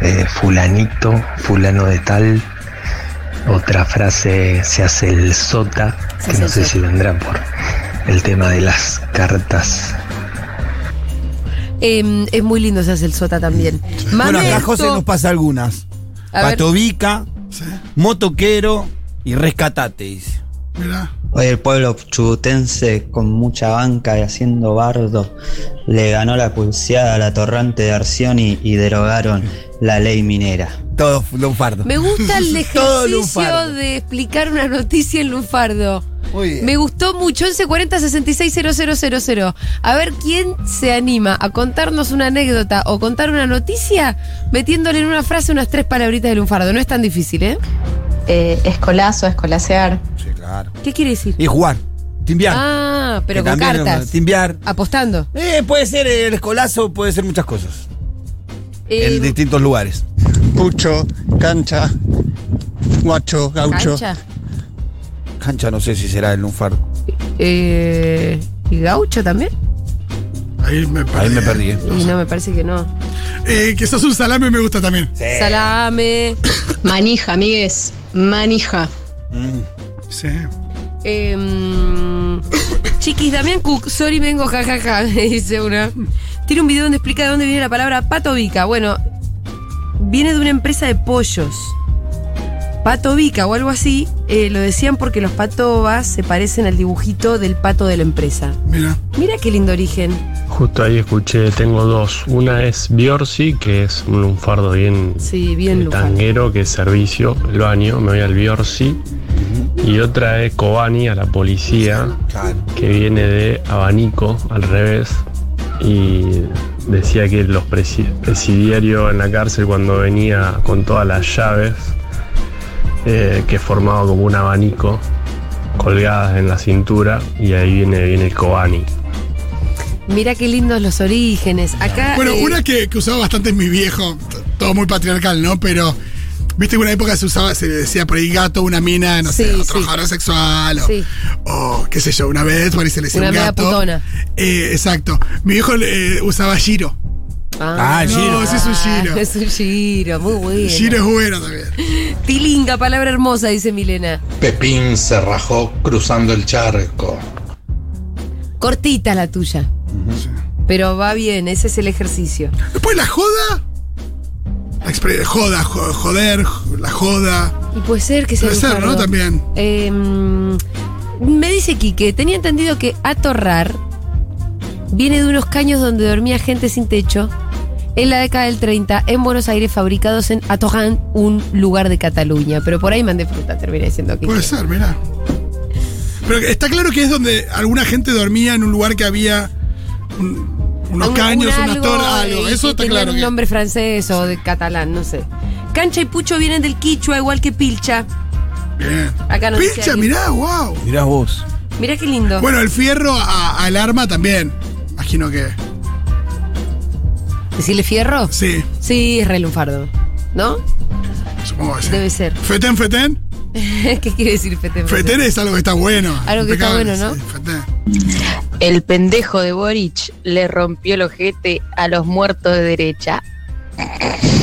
S10: eh, fulanito, fulano de tal. Otra frase se hace el sota,
S1: Se
S10: que
S1: hace
S10: no
S1: el
S10: sé
S1: sota.
S10: si vendrá por el tema de las cartas.
S1: Eh, es muy lindo se hace el sota también. Mame
S2: bueno, acá
S1: esto-
S2: José nos pasa algunas.
S1: A ver.
S2: Patovica,
S3: Sí,
S2: motoquero y rescatate, dice.
S3: mirá.
S11: Hoy el pueblo chubutense, con mucha banca y haciendo bardo, le ganó la pulseada a la torrante de Arcioni y derogaron la ley minera.
S2: Todo lunfardo.
S1: Me gusta el
S2: Todo
S1: ejercicio
S2: lunfardo.
S1: de explicar una noticia en lunfardo. Muy bien. Me gustó mucho. 1140-660000. A ver quién se anima a contarnos una anécdota o contar una noticia metiéndole en una frase unas tres palabritas de lunfardo. No es tan difícil, ¿eh?
S12: Eh, escolazo, escolasear.
S2: Sí, claro.
S1: ¿Qué quiere decir?
S2: Y jugar. Timbiar.
S1: Ah, pero
S2: Que
S1: con
S2: también es-
S1: cartas.
S2: Timbiar.
S1: Apostando.
S2: Eh, puede ser el escolazo, puede ser muchas cosas.
S1: Eh,
S2: en distintos lugares.
S13: Pucho, cancha, guacho, gaucho.
S1: cancha.
S2: Cancha no sé si será el lunfardo.
S1: Eh, ¿Y gaucho también?
S3: Ahí me
S2: Ahí
S3: perdí.
S2: me perdí. eh.
S1: Y no, me parece que no.
S3: Eh, que sos un salame me gusta también.
S2: Eh.
S1: Salame.
S14: Manija, amigues. Manija.
S2: Mm.
S3: Sí.
S1: Em, chiquis, Damián Cook, sorry vengo, jajaja, me dice una. Tiene un video donde explica de dónde viene la palabra patovica. Bueno, viene de una empresa de pollos. Patovica o algo así, eh, lo decían porque los patobas se parecen al dibujito del pato de la empresa.
S3: Mira.
S1: Mira qué lindo origen.
S15: Justo ahí escuché, tengo dos. Una es Biorsi, que es un lunfardo bien
S1: Sí, bien, Lufa.
S15: tanguero, que es servicio, el baño, me voy al Biorsi. Y otra es Kobani, a la policía, que viene de abanico, al revés. Y decía que los presi- presidiarios en la cárcel cuando venía con todas las llaves, eh, que formaba como un abanico, colgadas en la cintura, y ahí viene, viene el Kobani.
S1: Mira qué lindos los orígenes. Acá.
S3: Bueno,
S1: eh,
S3: una que, que usaba bastante mi viejo, t- todo muy patriarcal, ¿no? Pero, viste que una época se usaba, se le decía por ahí gato, una mina, no sé,
S1: Sí,
S3: o
S1: sí.
S3: trabajadora sexual, o,
S1: Sí.
S3: o qué sé yo, una vez por ahí se le decía
S1: Una
S3: un
S1: media
S3: gato.
S1: putona.
S3: Eh, exacto. Mi viejo eh, usaba Giro. Ah, el giro. ese es un giro.
S1: Ah, Es un giro, muy bueno.
S3: Giro es bueno también.
S1: Tilinga, palabra hermosa, dice Milena.
S16: Pepín se rajó cruzando el charco.
S1: Cortita la tuya. Pero va bien, ese es el ejercicio.
S3: Después la joda. La expre- joda, jo- joder, la joda.
S1: Y puede ser que sea.
S3: Puede ser,
S1: lunfardo.
S3: ¿no? También.
S1: Eh, mm, me dice Quique, tenía entendido que atorrar viene de unos caños donde dormía gente sin techo en la década del 30 en Buenos Aires, fabricados en Atorrán, un lugar de Cataluña. Pero por ahí mandé fruta, termina diciendo Quique.
S3: Puede ser, mirá. Pero está claro que es donde alguna gente dormía en un lugar que había un- unos
S1: Un-
S3: caños,
S1: un
S3: unas torres, algo.
S1: eh,
S3: Eso
S1: que
S3: está
S1: tenían
S3: claro.
S1: un
S3: que-
S1: nombre francés o de catalán, no sé. Cancha y pucho vienen del quichua, igual que pilcha.
S3: Bien.
S1: Acá nos dice
S3: Pincha,
S1: alguien.
S3: mirá, wow.
S2: Mirás vos.
S1: Mirá qué lindo.
S3: Bueno, el fierro a- al arma también. Imagino que.
S1: ¿Decirle fierro?
S3: Sí,
S1: Sí, es re lunfardo. ¿No?
S3: supongo que sí.
S1: Debe ser.
S3: ¿Fetén, fetén?
S1: ¿Qué quiere decir fetén?
S3: Fetén es algo que está bueno.
S1: Algo que está
S3: impecable,
S1: bueno, ¿no?
S3: sí, fetén.
S14: El pendejo de Boric le rompió el ojete a los muertos de derecha.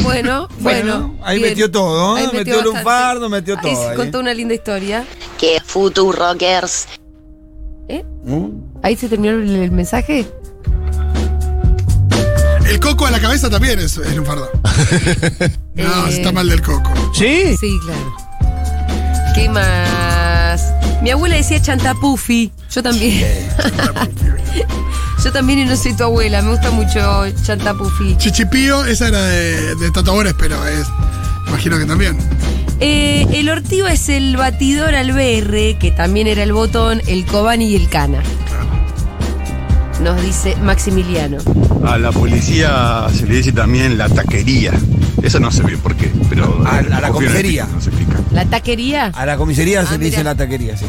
S1: Bueno, bueno.
S2: Ahí
S1: bien.
S2: metió todo, ¿eh?
S1: Ahí
S2: metió,
S1: bastante.
S2: lunfardo, metió
S1: Ahí
S2: todo.
S1: se
S2: ahí.
S1: contó una linda historia.
S12: Que futuro rockers.
S2: ¿Mm?
S1: Ahí se terminó el, el mensaje.
S3: El coco a la cabeza también es, es un fardo. no,
S1: Eh.
S3: está mal del coco.
S2: ¿Sí?
S1: Sí, claro. ¿Qué más? Mi abuela decía chantapufi. Yo también. Yo también y no soy tu abuela. Me gusta mucho chantapufi.
S3: Chichipío, esa era de, de Tato Bores, pero es. Imagino que también.
S1: Eh, el ortigo es el batidor al BR, que también era el botón, el cobani y el cana. Nos dice Maximiliano.
S17: A la policía se le dice también la taquería. Eso no sé bien por qué, pero. eh,
S2: A- a la
S17: confío en el
S2: comisaría.
S17: pico, No se explica.
S1: La taquería.
S2: A la comisaría
S1: Ah,
S2: se le dice
S1: mirá.
S2: la taquería, sí.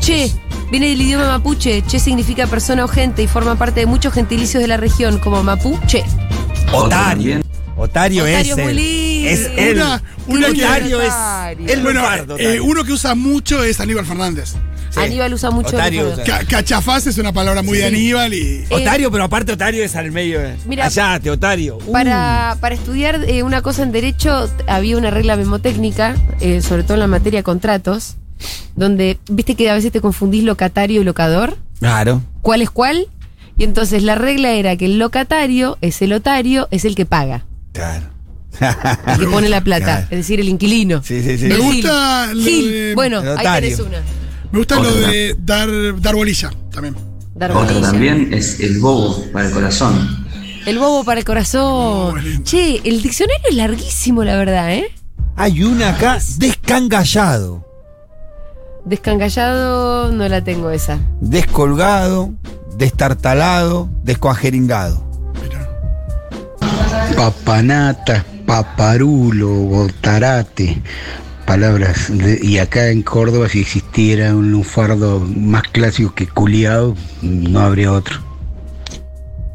S1: Che, viene del idioma mapuche. Che significa persona o gente y forma parte de muchos gentilicios de la región, como mapuche.
S2: Otario. Otario,
S1: Otario
S2: es.
S1: es muy
S2: él.
S1: lindo.
S2: Es él.
S3: Una- una que-
S2: Otario es. El
S3: bueno,
S2: lunfardo,
S3: eh,
S2: Otario.
S3: uno que usa mucho es Aníbal Fernández.
S2: Sí.
S1: Aníbal usa mucho.
S2: Otario
S1: el-
S2: usa.
S3: Ca- cachafaz es una palabra muy de Aníbal y.
S1: Eh,
S2: Otario, pero aparte Otario es al medio. Eh.
S1: Mira.
S2: Callate, Otario. Uh.
S1: Para, para estudiar eh, una cosa en derecho t- había una regla memotécnica, eh, sobre todo en la materia de contratos, donde viste que a veces te confundís locatario y locador.
S2: Claro.
S1: ¿Cuál es cuál? Y entonces la regla era que el locatario es el otario, es el que paga,
S2: Claro.
S1: el que pone la plata,
S2: Ah, Claro.
S1: es decir, el inquilino.
S2: Sí, sí, sí.
S1: El
S3: Me
S1: Gil.
S3: gusta lo
S1: Gil.
S3: de-
S1: Bueno,
S2: el
S1: ahí
S2: otario.
S1: tenés una.
S3: Me gusta lo
S7: Otra.
S3: de dar, dar bolilla también.
S1: Dar
S7: Otra
S1: bolilla.
S7: también es el bobo para el corazón.
S1: El bobo para el
S2: Oh,
S1: corazón. che, el diccionario es larguísimo, la verdad, ¿eh?
S2: Hay una acá, descangallado.
S1: Descangallado, no la tengo esa.
S2: Descolgado, destartalado, descoajeringado.
S6: Papanatas, paparulo, botarate. Palabras. de- y acá en Córdoba, si existiera un lunfardo más clásico que culiado, no habría otro.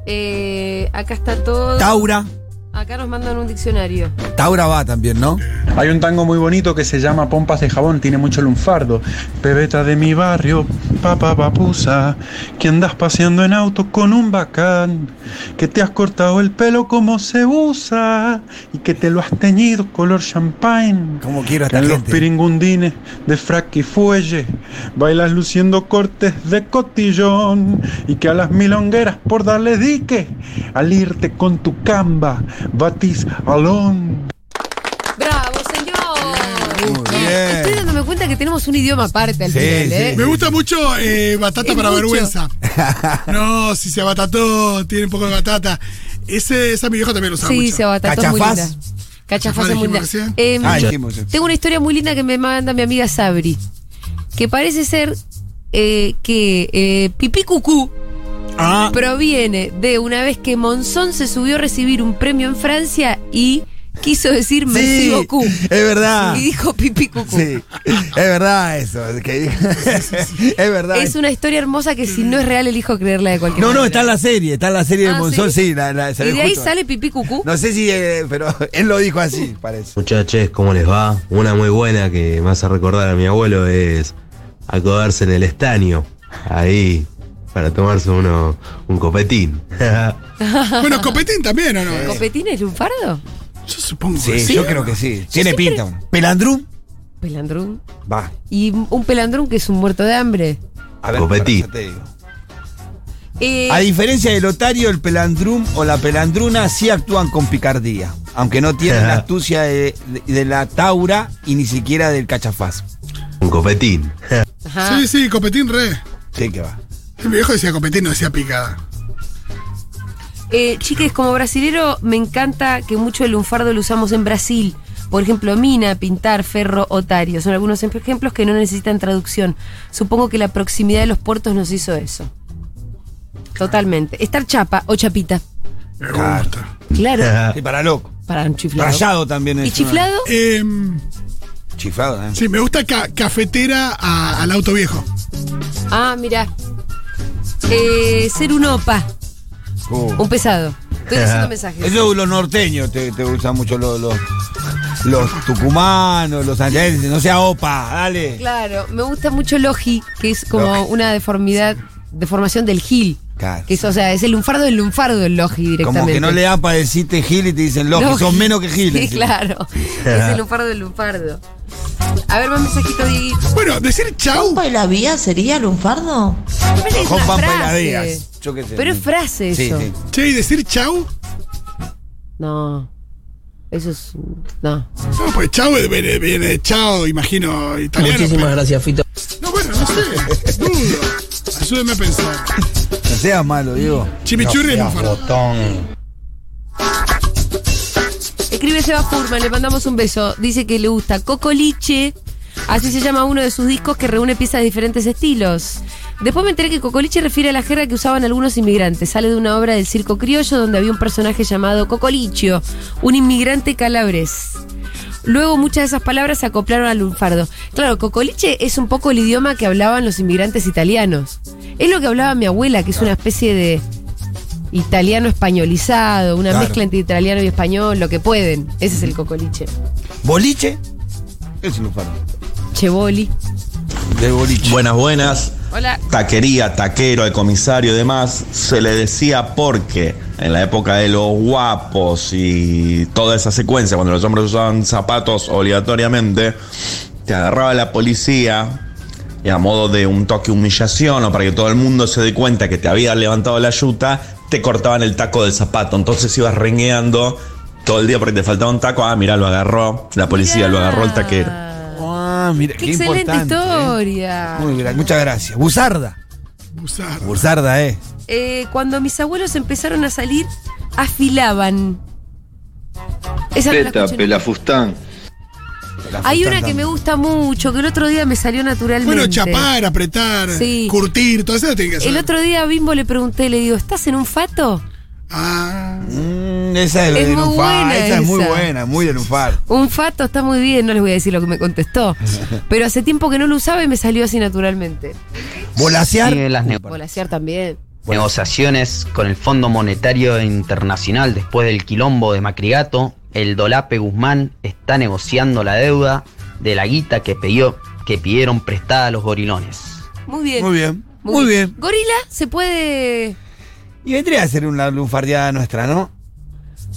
S1: Eh, acá está todo.
S2: Taura.
S1: Acá nos mandan un diccionario.
S2: Taura va también, ¿no?
S4: Hay un tango muy bonito que se llama Pompas de Jabón, tiene mucho lunfardo. Pebeta de mi barrio, papá papusa, que andas paseando en auto con un bacán, que te has cortado el pelo como se usa y que te lo has teñido color champagne.
S2: Como quiero a
S4: que
S2: esta
S4: en los
S2: gente.
S4: piringundines de frac y fuelle bailas luciendo cortes de cotillón y que a las milongueras por darle dique, al irte con tu camba, batís alón.
S1: ¡Bravo, señor!
S2: Muy bien.
S1: Estoy dándome cuenta que tenemos un idioma aparte al
S2: Sí,
S1: final,
S2: sí.
S1: ¿eh?
S3: Me gusta mucho eh, batata
S1: Es
S3: para
S1: mucho.
S3: vergüenza. No, si se abatató, tiene un poco de batata. Ese, esa mi vieja también lo usaba
S1: Sí,
S3: mucho.
S1: se abatató es muy linda.
S3: Cachafaz
S1: Cachafaz es muy linda.
S3: dijimos recién.
S1: Eh,
S2: Ah, dijimos eso.
S1: tengo una historia muy linda que me manda mi amiga Sabri. Que parece ser eh, que eh, Pipí Cucú
S2: Ah.
S1: proviene de una vez que Monzón se subió a recibir un premio en Francia y quiso decir Merci beaucoup.
S2: es verdad.
S1: Y dijo Pipí Cucú.
S2: Sí, es verdad eso. que- es verdad.
S1: Es una historia hermosa que si no es real elijo creerla de cualquier
S2: No, no,
S1: manera.
S2: está en la serie, está en la serie de
S1: Ah,
S2: Monzón,
S1: ¿sí?
S2: sí, la, la- se
S1: Y
S2: ve
S1: de ahí
S2: justo.
S1: sale Pipí Cucú.
S2: No sé si, eh, pero él lo dijo así, parece.
S18: Muchachos, ¿cómo les va? Una muy buena que me hace recordar a mi abuelo es acodarse en el estaño, ahí, para tomarse uno, un copetín.
S3: Bueno, copetín también, ¿o no?
S1: ¿Copetín es lunfardo?
S3: Yo supongo
S2: Sí,
S3: que sí.
S2: yo creo que sí. Tiene
S1: siempre-
S2: pinta. bueno. Pelandrum,
S1: Pelandrún.
S2: va.
S1: Y un pelandrún que es un muerto de hambre.
S2: A ver,
S18: Copetí.
S2: ya te digo.
S1: Eh,
S2: A diferencia del otario, el pelandrum o la pelandruna sí actúan con picardía, aunque no tienen la astucia de, de- de la taura y ni siquiera del cachafaz.
S18: Un copetín.
S1: Ajá.
S3: Sí, sí, copetín re.
S2: Sí que va.
S3: El viejo decía copetín, no decía picada.
S1: Eh, chiques, como brasilero me encanta que mucho el lunfardo lo usamos en Brasil. Por ejemplo, mina, pintar, ferro, otario. Son algunos ejemplos que no necesitan traducción. Supongo que la proximidad de los puertos nos hizo eso. Totalmente. Estar chapa o chapita.
S3: Me
S2: Claro.
S3: gusta.
S1: Claro.
S2: Sí, para loco.
S1: Para un chiflado.
S2: Rayado también es.
S1: ¿Y
S2: una-
S1: chiflado?
S3: Em,
S2: Chiflado también.
S3: sí, me gusta ca- cafetera a- al auto viejo.
S1: Ah, mira. Eh, ser un opa.
S2: Oh.
S1: Un pesado. Estoy haciendo mensajes.
S2: Eso los norteños te, te usan mucho los, los, los tucumanos, los santiaguenses, no sea opa, dale.
S1: Claro, me gusta mucho Logi, que es como
S2: Logi.
S1: una deformidad, deformación del Gil.
S2: Claro.
S1: Que es, o sea, es el lunfardo del lunfardo el Logi directamente.
S2: Como que no le dan para decirte gil y te dicen los
S1: Logi.
S2: son menos que giles.
S1: Sí, claro. es el lunfardo del lunfardo. A ver, más mensajitos, Dieguito.
S3: Bueno, decir chau.
S19: ¿Pompa y la vía sería lunfardo?
S1: Pero es
S2: Con
S1: una
S2: Pampa y
S1: frase.
S2: Ladeas, yo qué sé.
S1: Pero es frase
S2: Sí,
S1: eso.
S2: sí.
S3: Che, y decir chau.
S1: No. Eso es. No.
S3: No, pues chau viene, viene de chao, imagino, italiano.
S5: Muchísimas gracias, Fito.
S3: pero- No, bueno, no sé. Dudo. Ayúdeme a pensar.
S2: No seas malo, Diego.
S3: Chimichurri es
S20: No
S3: lunfardo.
S20: seas botón.
S1: Escribe Seba Furman, le mandamos un beso. Dice que le gusta Cocoliche. Así se llama uno de sus discos que reúne piezas de diferentes estilos. Después me enteré que Cocoliche refiere a la jerga que usaban algunos inmigrantes. Sale de una obra del circo criollo donde había un personaje llamado Cocolichio, un inmigrante calabres. Luego muchas de esas palabras se acoplaron al lunfardo. Claro, cocoliche es un poco el idioma que hablaban los inmigrantes italianos. Es lo que hablaba mi abuela, que es una especie de italiano españolizado, una
S2: Claro.
S1: mezcla entre italiano y español, lo que pueden. Ese es el cocoliche.
S2: ¿Boliche? Es un lugar
S1: Chevoli.
S2: de boliche.
S21: Buenas, buenas.
S1: Hola.
S21: Taquería, taquero, al comisario y demás, se le decía porque en la época de los guapos y toda esa secuencia, cuando los hombres usaban zapatos obligatoriamente, te agarraba la policía y a modo de un toque humillación o para que todo el mundo se dé cuenta que te había levantado la yuta, te cortaban el taco del zapato. Entonces ibas rengueando todo el día porque te faltaba un taco. Ah, mirá, lo agarró la policía, lo agarró el taquero.
S2: Ah, mira,
S1: Qué,
S2: qué,
S1: excelente
S2: importante. ¿eh?
S1: historia.
S2: Muy gra- muchas gracias. Busarda.
S3: Usar.
S2: Busarda, eh.
S1: Eh, cuando mis abuelos empezaron a salir, afilaban. Esa no la escuché nunca.
S22: Pelafustán.
S1: Hay una que me gusta mucho, que el otro día me salió naturalmente.
S3: Bueno, chapar, apretar,
S1: Sí.
S3: curtir, todo eso tiene que hacer.
S1: El otro día a Bimbo le pregunté, le digo, ¿estás en un fato?
S3: Ah,
S2: Mm, esa es,
S1: Es
S2: de
S1: muy
S2: Lunfar.
S1: buena
S2: Esa, es muy
S1: esa.
S2: buena, muy de Lunfar.
S1: Un fato está muy bien, no les voy a decir lo que me contestó. Pero hace tiempo que no lo usaba y me salió así naturalmente.
S2: Volasear.
S6: Sigue las nego-
S1: Volasear también.
S6: negociaciones con el Fondo Monetario Internacional después del quilombo de Macrigato. El Dolape Guzmán está negociando la deuda de la guita que pidió, que pidieron prestada a los gorilones.
S1: Muy bien.
S2: Muy bien, muy bien.
S1: Gorila se puede.
S2: Y vendría a ser una lunfardeada nuestra, ¿no?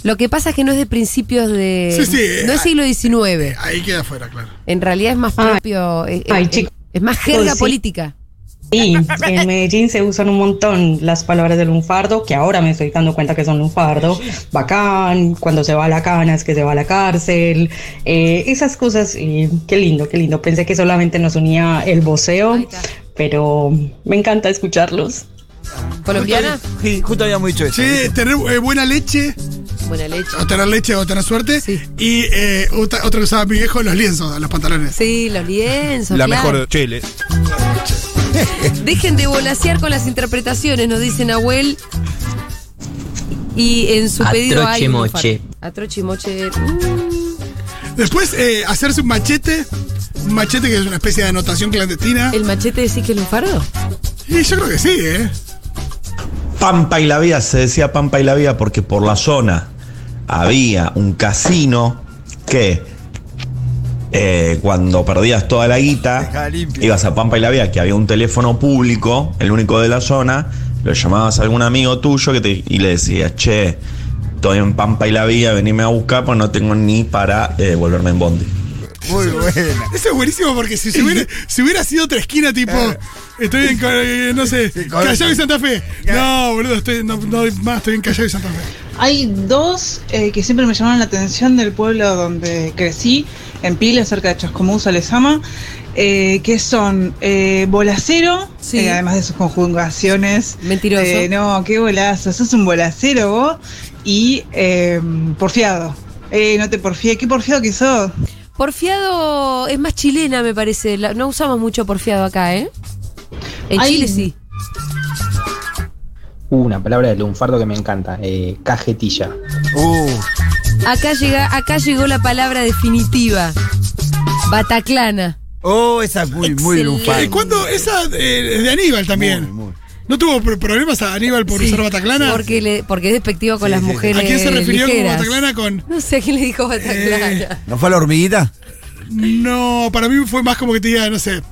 S1: Lo que pasa es que no es de principios de.
S3: Sí, sí,
S1: no es
S3: ah,
S1: siglo XIX.
S3: ahí queda afuera, claro.
S1: En realidad es más propio. eh,
S8: Ah. ay,
S1: eh,
S8: chico.
S1: Es más jerga
S8: Uy, sí.
S1: política.
S8: Sí, en Medellín se usan un montón las palabras de lunfardo, que ahora me estoy dando cuenta que son lunfardo, bacán, cuando se va a la cana es que se va a la cárcel, eh, esas cosas, y qué lindo, qué lindo. Pensé que solamente nos unía el voceo, pero me encanta escucharlos.
S1: ¿Colombiana?
S2: Sí, justo habíamos dicho eso.
S3: Sí, tener eh, buena leche,
S1: Buena leche.
S3: o tener leche o tener suerte. Y eh, otra, otra que usaba mi viejo, los lienzos, de los pantalones.
S1: Sí, los lienzos. claro.
S2: Chile.
S1: Dejen de volasear con las interpretaciones, nos dice Nahuel. Y en su pedido hay. un
S6: Atrochimoche.
S1: lunfardo. Atrochimoche. mm,
S3: Después, eh, hacerse un machete, un machete que es una especie de anotación clandestina.
S1: ¿El machete decís que es lunfardo?
S3: Y yo creo que sí, ¿eh?
S23: Pampa y la Vía, se decía Pampa y la Vía porque por la zona había un casino que eh, cuando perdías toda la guita, ibas a Pampa y la Vía, que había un teléfono público, el único de la zona, lo llamabas a algún amigo tuyo que te- y le decías, che, estoy en Pampa y la Vía, venime a buscar, pues no tengo ni para eh, volverme en Bondi.
S2: Muy buena.
S3: Eso es buenísimo porque si, se hubiera, si hubiera sido otra esquina, tipo, estoy en, Ca- eh, no sé,
S2: Eh. con-
S3: Callao y Santa Fe. No, boludo, estoy, no, no doy más, estoy en Callao y Santa Fe.
S24: Hay dos eh, que siempre me llamaron la atención del pueblo donde crecí, en Pila, cerca de Chascomús, Alezama, eh, que son eh, bolacero, eh, además de sus conjugaciones.
S1: Mentiroso.
S24: Eh, no, qué bolazo, sos un bolacero vos. Y eh, porfiado. Eh, no te porfié, qué porfiado que sos.
S1: Porfiado es más chilena, me parece. La- no usamos mucho porfiado acá, ¿eh? En
S25: Ay.
S1: Chile sí.
S25: Una palabra de lunfardo que me encanta. eh, cajetilla.
S2: Uh.
S1: Acá, llega, acá llegó la palabra definitiva. Bataclana.
S2: Oh, esa es muy, Ah, muy de Lunfar.
S3: Eh, ¿Cuándo? Esa eh, es de Aníbal también. ¿No tuvo pr- problemas a Aníbal por
S1: Sí,
S3: usar Bataclana?
S1: Porque, le- porque es despectivo con las mujeres.
S3: ¿A quién se refirió
S1: ligeras.
S3: como Bataclana Eh, con.?
S1: No sé a quién le dijo Bataclana.
S2: ¿No fue a la hormiguita?
S3: No, para mí fue más como que te diga, no sé.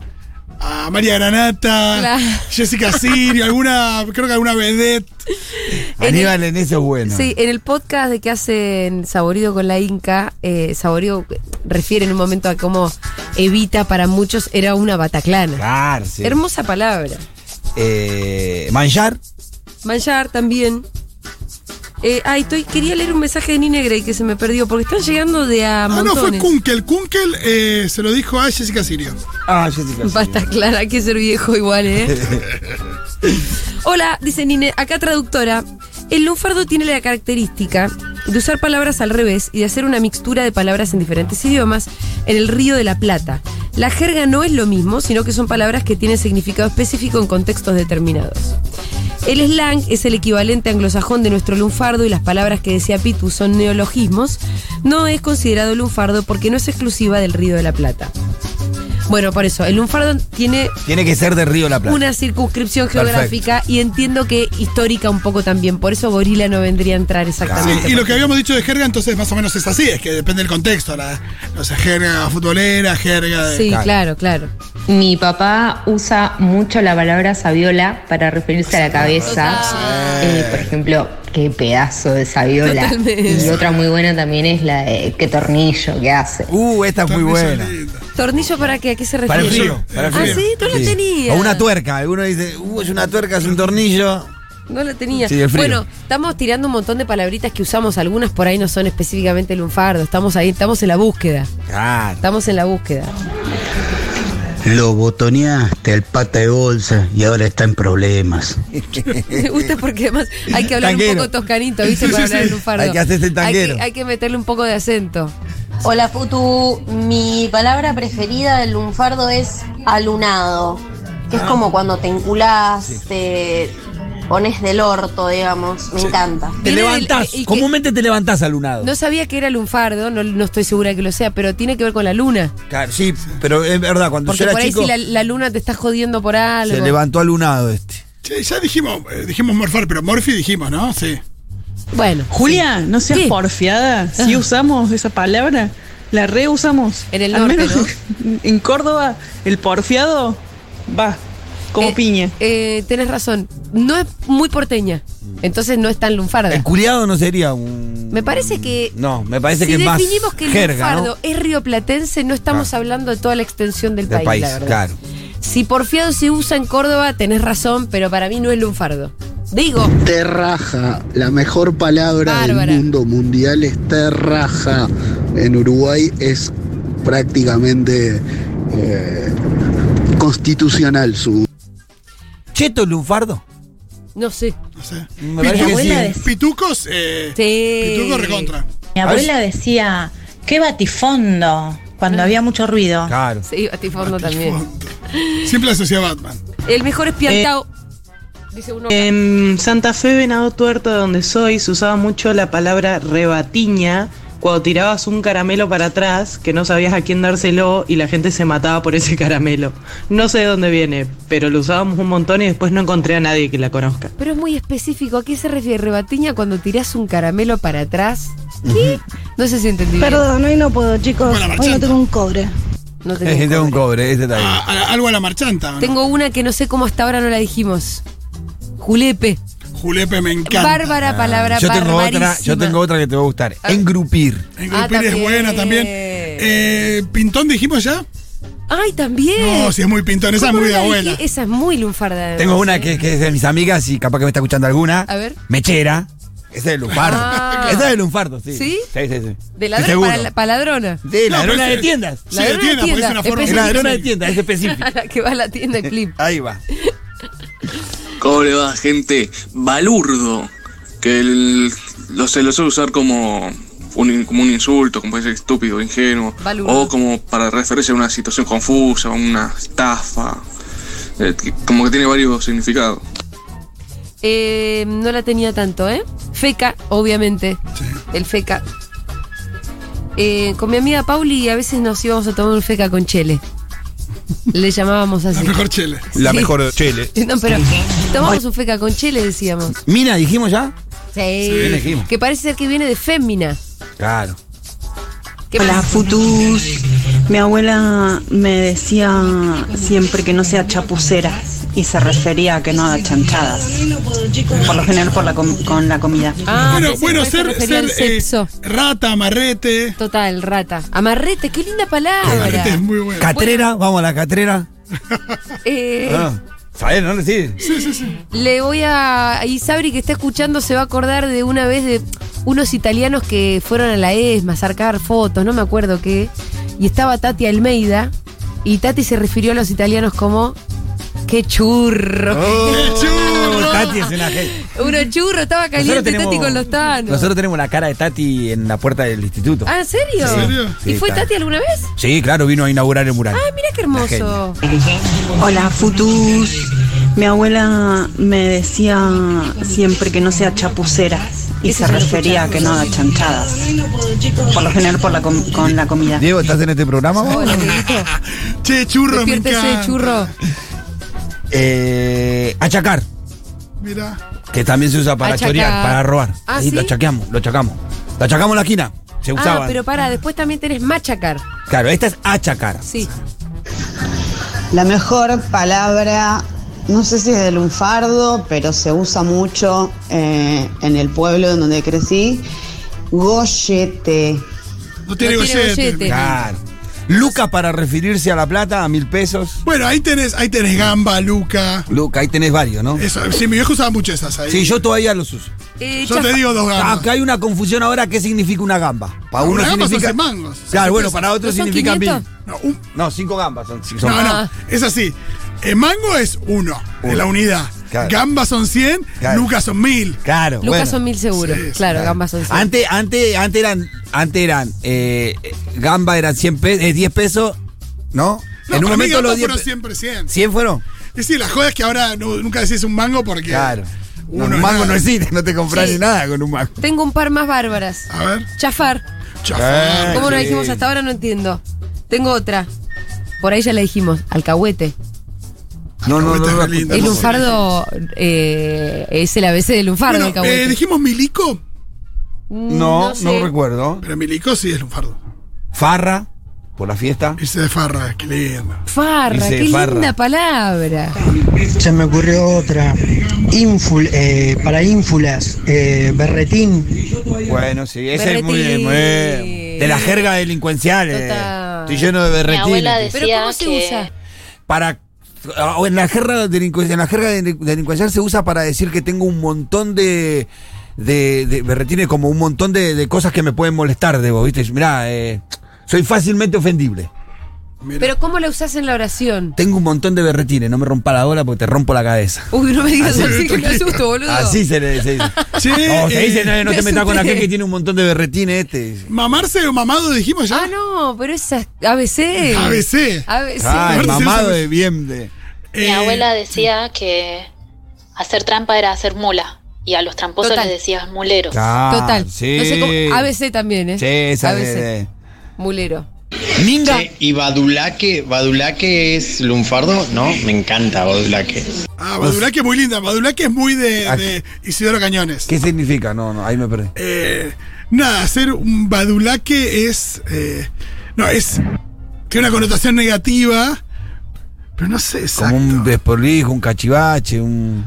S3: A María Granata,
S1: Claro.
S3: Jessica Sirio, alguna, creo que alguna vedette.
S2: Aníbal en eso es bueno.
S1: Sí, en el podcast de que hacen Saborido con la Inca, eh, Saborido refiere en un momento a cómo Evita para muchos era una bataclana.
S3: Ah,
S2: Claro, sí.
S1: Hermosa palabra.
S2: Eh, manchar.
S1: Manchar también. Eh, ay, estoy, quería leer un mensaje de Nine Grey que se me perdió, porque están llegando de a
S3: Ah, no, fue
S1: montones.
S3: Kunkel. Kunkel eh, se lo dijo a Jessica Sirio.
S2: Ah, Jessica
S1: Bataclana, hay que ser viejo igual, ¿eh? Hola, dice Nine, acá traductora. El lunfardo tiene la característica de usar palabras al revés y de hacer una mixtura de palabras en diferentes idiomas en el Río de la Plata. La jerga no es lo mismo, sino que son palabras que tienen significado específico en contextos determinados. El slang es el equivalente anglosajón de nuestro lunfardo y las palabras que decía Pitu son neologismos. No es considerado lunfardo porque no es exclusiva del Río de la Plata. Bueno, por eso, el lunfardo tiene
S2: Tiene que ser de Río La Plata.
S1: una circunscripción
S2: Perfecto.
S1: geográfica y entiendo que histórica un poco también. Por eso Gorila no vendría a entrar exactamente.
S3: Sí, y lo que habíamos dicho de jerga, entonces más o menos es así, es que depende del contexto. La, no sé, jerga futbolera, jerga de.
S8: Sí,
S1: claro, claro.
S8: Mi papá usa mucho la palabra sabiola para referirse a la cabeza. Eh, por ejemplo, qué pedazo de sabiola.
S1: Totalmente.
S8: Y otra muy buena también es la de qué tornillo que hace.
S2: Uh, esta es muy buena.
S1: ¿Tornillo para qué? ¿A qué se refiere?
S2: Para el frío. Para el
S1: ah,
S2: frío.
S1: sí, no la tenía.
S2: O una tuerca. Alguno dice, uh, es una tuerca, es un tornillo.
S1: No la tenía.
S2: Sí, el frío.
S1: Bueno, estamos tirando un montón de palabritas que usamos. Algunas por ahí no son específicamente lunfardo. Estamos ahí, estamos en la búsqueda.
S2: Claro.
S1: Estamos en la búsqueda.
S4: Lo botoneaste al pata de bolsa y ahora está en problemas.
S1: Me gusta porque además hay que hablar
S4: Tanguero.
S1: un poco toscanito, ¿viste?
S4: Sí,
S1: Para
S4: sí,
S1: hablar
S4: sí.
S1: de lunfardo.
S4: Hay que hacerse
S1: Hay
S4: el
S1: que-
S4: tanguero.
S1: Hay que meterle un poco de acento.
S8: Hola Futu, mi palabra preferida del lunfardo es alunado, que es como cuando te enculás, te pones del orto, digamos, me encanta.
S2: Te levantás,
S1: y que-
S2: comúnmente te levantás alunado.
S1: No sabía que era lunfardo, no, no estoy segura que lo sea, pero tiene que ver con la luna.
S2: Claro, sí, pero es verdad, cuando
S1: Porque
S2: yo
S1: por
S2: era
S1: ahí
S2: chico,
S1: si la, la luna te está jodiendo por algo.
S2: se levantó alunado este.
S3: Che, ya dijimos, eh, dijimos morfar, pero morfi dijimos, ¿no? Sí.
S1: Bueno.
S9: Julia, no seas
S1: ¿Qué? Ah,
S9: porfiada. Si usamos esa palabra, la reusamos. En
S1: el
S9: Al
S1: norte,
S9: menos en Córdoba, el porfiado va como
S1: Eh,
S9: piña.
S1: Eh, tenés razón, no es muy porteña, entonces no es tan lunfarda.
S2: Culiado no sería un.
S1: Me parece que
S2: No, me parece
S1: si
S2: que es más.
S1: definimos que el
S2: jerga, ¿no? Ah.
S1: lunfardo es rioplatense, no estamos hablando de toda la extensión del,
S2: Del
S1: país,
S2: país,
S1: la verdad.
S2: claro.
S1: Si porfiado se usa en Córdoba, tenés razón, pero para mí no es lunfardo. Digo,
S10: Terraja, la mejor palabra
S1: Bárbara.
S10: del mundo mundial es terraja. En Uruguay es prácticamente eh, constitucional su.
S2: Cheto es lunfardo.
S1: no sé.
S3: No sé.
S2: Me parece que sí.
S3: Pitucos, eh, pitucos recontra.
S26: Mi abuela
S19: Ah,
S26: decía, qué batifondo, cuando había mucho ruido.
S2: Claro.
S1: Ah, Sí, Batifondo también.
S3: Siempre la asocia a Batman.
S1: El mejor es Piantao.
S2: Eh,
S1: dice uno. acá.
S9: En Santa Fe, Venado Tuerto, de donde soy, se usaba mucho la palabra rebatiña cuando tirabas un caramelo para atrás que no sabías a quién dárselo y la gente se mataba por ese caramelo. No sé de dónde viene, pero lo usábamos un montón y después no encontré a nadie que la conozca.
S1: Pero es muy específico. ¿A qué se refiere rebatiña cuando tirás un caramelo para atrás? ¿Qué? No sé si entendí. bien.
S27: Perdón, hoy no puedo, chicos.
S3: Hola,
S27: Hoy
S3: Marchanta.
S27: no tengo un cobre.
S1: No tengo-
S2: Es que tengo un cobre, este está
S3: A-
S2: bien.
S3: a- algo a la marchanta. ¿no?
S1: Tengo una que no sé cómo hasta ahora no la dijimos. Julepe.
S3: Julepe me encanta.
S1: Bárbara palabra,
S2: yo tengo otra, yo
S1: barbarísima.
S2: tengo otra que te va a gustar. Engrupir.
S3: En
S1: Ah,
S3: Grupir es
S1: también.
S3: buena también. Eh, ¿Pintón dijimos ya?
S1: Ay, también.
S3: No, si es muy pintón, esa es
S1: ¿Cómo
S3: muy
S1: no
S3: de
S1: la
S3: abuela.
S1: dije? Esa es muy lunfarda.
S2: Tengo
S1: además,
S2: una
S1: ¿eh?
S2: que, que es de mis amigas y capaz que me está escuchando alguna.
S1: A ver.
S2: Mechera. Esa es de lunfardo.
S1: Ah.
S2: Esa es de lunfardo, sí.
S1: ¿Sí?
S2: Sí, sí, sí.
S1: De
S2: Sí,
S1: ladrón
S2: seguro.
S1: para, la- para ladrona.
S2: De
S3: No,
S2: ladrona
S3: pero
S2: de
S3: es-
S2: tiendas.
S3: sí, de tienda, porque es una forma-
S1: específica.
S2: Ladrona de tienda, es específico.
S1: la que va a la tienda de clip.
S2: Ahí va.
S28: ¿Cómo le va, gente? Balurdo. Que el- lo, se lo suele usar como un, in- como un insulto, como puede ser estúpido, ingenuo.
S1: Balurdo.
S28: O como para referirse a una situación confusa, una estafa. eh, que- como que tiene varios significados.
S1: Eh, no la tenía tanto, ¿eh? Feca, obviamente. El feca. Eh, con mi amiga Pauli a veces nos íbamos a tomar un feca con chele. Le llamábamos así.
S3: La mejor chela.
S1: La Sí. mejor
S2: chele.
S1: No, pero tomamos un feca con chele, decíamos.
S2: Mina, dijimos ya.
S1: Sí.
S2: bien dijimos.
S1: Que parece ser que viene de fémina.
S2: Claro.
S1: ¿Qué
S19: Hola,
S1: pasa?
S19: futus. Mi abuela me decía siempre que no sea chapucera y se refería a que no haga chanchadas. Por lo general por la com- con la comida.
S3: bueno,
S1: Ah, pensé
S3: bueno,
S1: que se
S3: ser,
S1: refería al
S3: ser, eh, rata, amarrete.
S1: Total, rata. Amarrete, qué linda palabra.
S3: Amarrete es muy bueno.
S2: Catrera, vamos a la catrera.
S1: Eh,
S2: Ah, ¿Sabes? ¿No le sigue?
S3: Sí, sí, sí.
S1: Le voy a. Y Sabri, que está escuchando, se va a acordar de una vez de unos italianos que fueron a la ESMA a sacar fotos, no me acuerdo qué. Y estaba Tati Almeida. Y Tati se refirió a los italianos como. ¡Qué churro!
S2: ¡Qué
S3: churro!
S2: Tati es una gente.
S1: Uno churro, estaba caliente
S2: tenemos-
S1: Tati con los tanos.
S2: Nosotros tenemos la cara de Tati en la puerta del instituto.
S1: ¿Ah, en serio?
S2: Sí. ¿En serio?
S1: ¿Y
S2: Sí,
S1: fue
S2: está.
S1: Tati alguna vez?
S2: Sí, claro, vino a inaugurar el mural.
S1: Ah, mira qué
S2: La genia.
S1: hermoso.
S19: Hola, futus. Mi abuela me decía siempre que no sea chapucera y se refería a que no haga chanchadas. Por lo general por la com- con la comida.
S2: Diego, ¿estás en este programa? vos?
S1: Hola, Dieguito.
S3: Che, churro, me
S1: Despiértese,
S3: encanta.
S1: churro.
S2: Eh, achacar,
S3: Mira.
S2: que también se usa para
S1: Achacar.
S2: chorear, para robar.
S1: Ah,
S2: Ahí
S1: ¿sí?
S2: Lo achacamos, lo achacamos. Lo achacamos en la esquina. Se
S1: Ah,
S2: usaba.
S1: pero para, después también tenés machacar.
S2: Claro, esta es achacar.
S1: Sí.
S29: La mejor palabra, no sé si es de lunfardo, pero se usa mucho eh, en el pueblo en donde crecí. Gollete.
S3: No tiene
S1: No tiene
S3: gollete.
S1: gollete.
S2: Claro. Luca para referirse a la plata, a mil pesos.
S3: Bueno, ahí tenés, ahí tenés gamba, luca.
S2: Luca, ahí tenés varios, ¿no?
S3: Eso, sí, mi viejo usaba mucho esas ahí.
S2: Sí, Ah, yo todavía los uso.
S1: Eh,
S3: Yo te
S1: chafa-
S3: digo dos gambas.
S2: Acá hay una confusión ahora, ¿qué significa una gamba? Para uno
S3: Una gamba son
S2: significa...
S3: seis mangos.
S2: Claro, bueno,
S3: Entonces,
S2: para otro
S1: ¿no son
S2: significa mil.
S1: 500?
S3: No, un-
S2: No, cinco gambas son. son-
S3: no, no,
S1: Ah.
S3: es así. El mango es uno, es la unidad.
S2: Claro.
S3: Gamba son 100,
S2: Claro.
S3: lucas son 1000.
S2: Claro,
S1: Lucas
S2: bueno.
S1: son mil seguros.
S3: Sí, sí,
S1: claro, gambas son cien.
S2: Antes, antes, antes eran antes eran, eh, gamba eran 100 pesos, eh, 10 pesos, ¿no? en
S3: No,
S2: un
S3: para mí
S2: momento
S3: gambas
S2: los 10
S3: fueron siempre 100.
S2: ¿100 fueron?
S3: Y sí, la joda es que ahora no- nunca decís un mango porque.
S2: Claro. No,
S3: Uno
S2: un mango
S3: nada.
S2: no existe, no te compras
S1: Sí.
S2: ni nada con un mango.
S1: Tengo un par más bárbaras.
S3: A ver.
S1: Chafar.
S2: Chafar.
S1: ¿Cómo no
S2: Sí.
S1: la dijimos hasta ahora? No entiendo. Tengo otra. Por ahí ya la dijimos. Alcahuete.
S2: No, no, no,
S3: Ahorita
S2: no,
S3: es
S2: no,
S3: re lindo,
S1: El
S3: ¿no?
S1: lunfardo eh, es el ABC del lunfardo,
S3: Bueno,
S1: alcahuete. Mm,
S3: eh, dijimos milico,
S2: no,
S1: sé.
S2: no recuerdo.
S3: pero milico sí es lunfardo.
S2: Farra, por la fiesta.
S3: Irse de farra, qué lindo.
S1: Farra,
S2: Dice
S1: qué
S2: farra.
S1: linda palabra.
S5: Se me ocurrió otra. Inful, eh, para ínfulas, eh, berretín.
S2: Bueno, sí, ese es muy bien.
S5: Berretín.
S2: muy bien. De la jerga delincuencial. eh.
S1: Total.
S2: Estoy lleno de berretines.
S1: Pero ¿cómo se usa?
S2: para o en la jerga delincu- en la jerga delincu- delincuencial se usa para decir que tengo un montón de de, de berretines como un montón de, de cosas que me pueden molestar de vos, ¿viste? Mirá, eh, soy fácilmente ofendible.
S1: Pero ¿cómo la usás en la oración?
S2: Tengo un montón de berretines, no me rompa la bola porque te rompo la cabeza.
S1: Uy, no me digas
S2: Así.
S1: así que me asusto, boludo.
S2: Así se le se dice.
S3: Sí,
S2: No, se
S3: eh,
S2: dice, no, no
S1: me
S2: te metas con
S1: asusté.
S2: aquel que tiene un montón de berretines este.
S3: Mamarse o mamado dijimos ya.
S1: Ah, no, pero esa ABC.
S3: ABC.
S1: ABC.
S2: Ah, el
S3: Mamarse
S2: mamado
S3: usa-
S2: de bien de.
S7: Mi
S3: Eh,
S7: abuela decía que hacer trampa era hacer mula. Y a los tramposos
S1: Total.
S7: les decías muleros.
S2: Claro,
S1: Total.
S2: ah, Sí.
S1: No sé cómo- ABC también, ¿eh?
S2: Sí, esa de-
S1: ABC.
S2: de-
S1: Mulero.
S2: Minga.
S12: Che, y Badulaque, Badulaque es lunfardo, ¿no? Me encanta Badulaque.
S3: Ah, Badulaque es muy linda. Badulaque es muy de, de Isidoro Cañones.
S2: Ah, ¿Qué significa? No, no, ahí me perdí.
S3: Eh, nada, hacer un badulaque es. eh, no, es. Tiene una connotación negativa. Pero no sé exacto.
S2: Como un despolijo, un cachivache, un.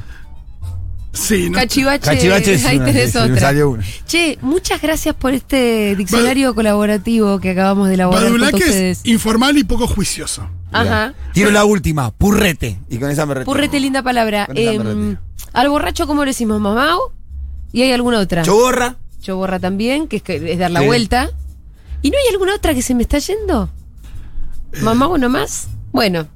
S3: Sí, no.
S1: Cachivache.
S2: Cachivache es
S1: ahí
S2: una,
S1: tenés
S2: se me
S1: otra.
S2: salió una.
S1: Che, muchas gracias por este diccionario colaborativo que acabamos de elaborar junto a
S3: Badulaque
S1: ustedes.
S3: es informal y poco juicioso.
S1: Ajá.
S2: Tiro la última, purrete. Y con esa me retiro.
S1: Purrete, linda palabra.
S2: Con esa me
S1: Em,
S2: retiro.
S1: al borracho, ¿cómo le decimos? Mamao. ¿Y hay alguna otra?
S2: Choborra.
S1: Choborra también, que es, que- es dar la
S2: Sí.
S1: vuelta. ¿Y no hay alguna otra que se me está yendo?
S2: Eh.
S1: ¿Mamao nomás? Bueno.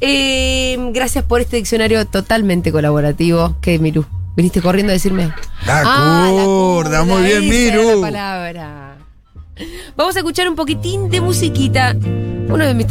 S1: Em, gracias por este diccionario totalmente colaborativo. Que Miru, viniste corriendo a decirme.
S2: La
S1: Ah, la
S2: curda, muy
S1: Esa
S2: bien,
S1: era la
S2: Miru.
S1: palabra. Vamos a escuchar un poquitín de musiquita. Uno de mis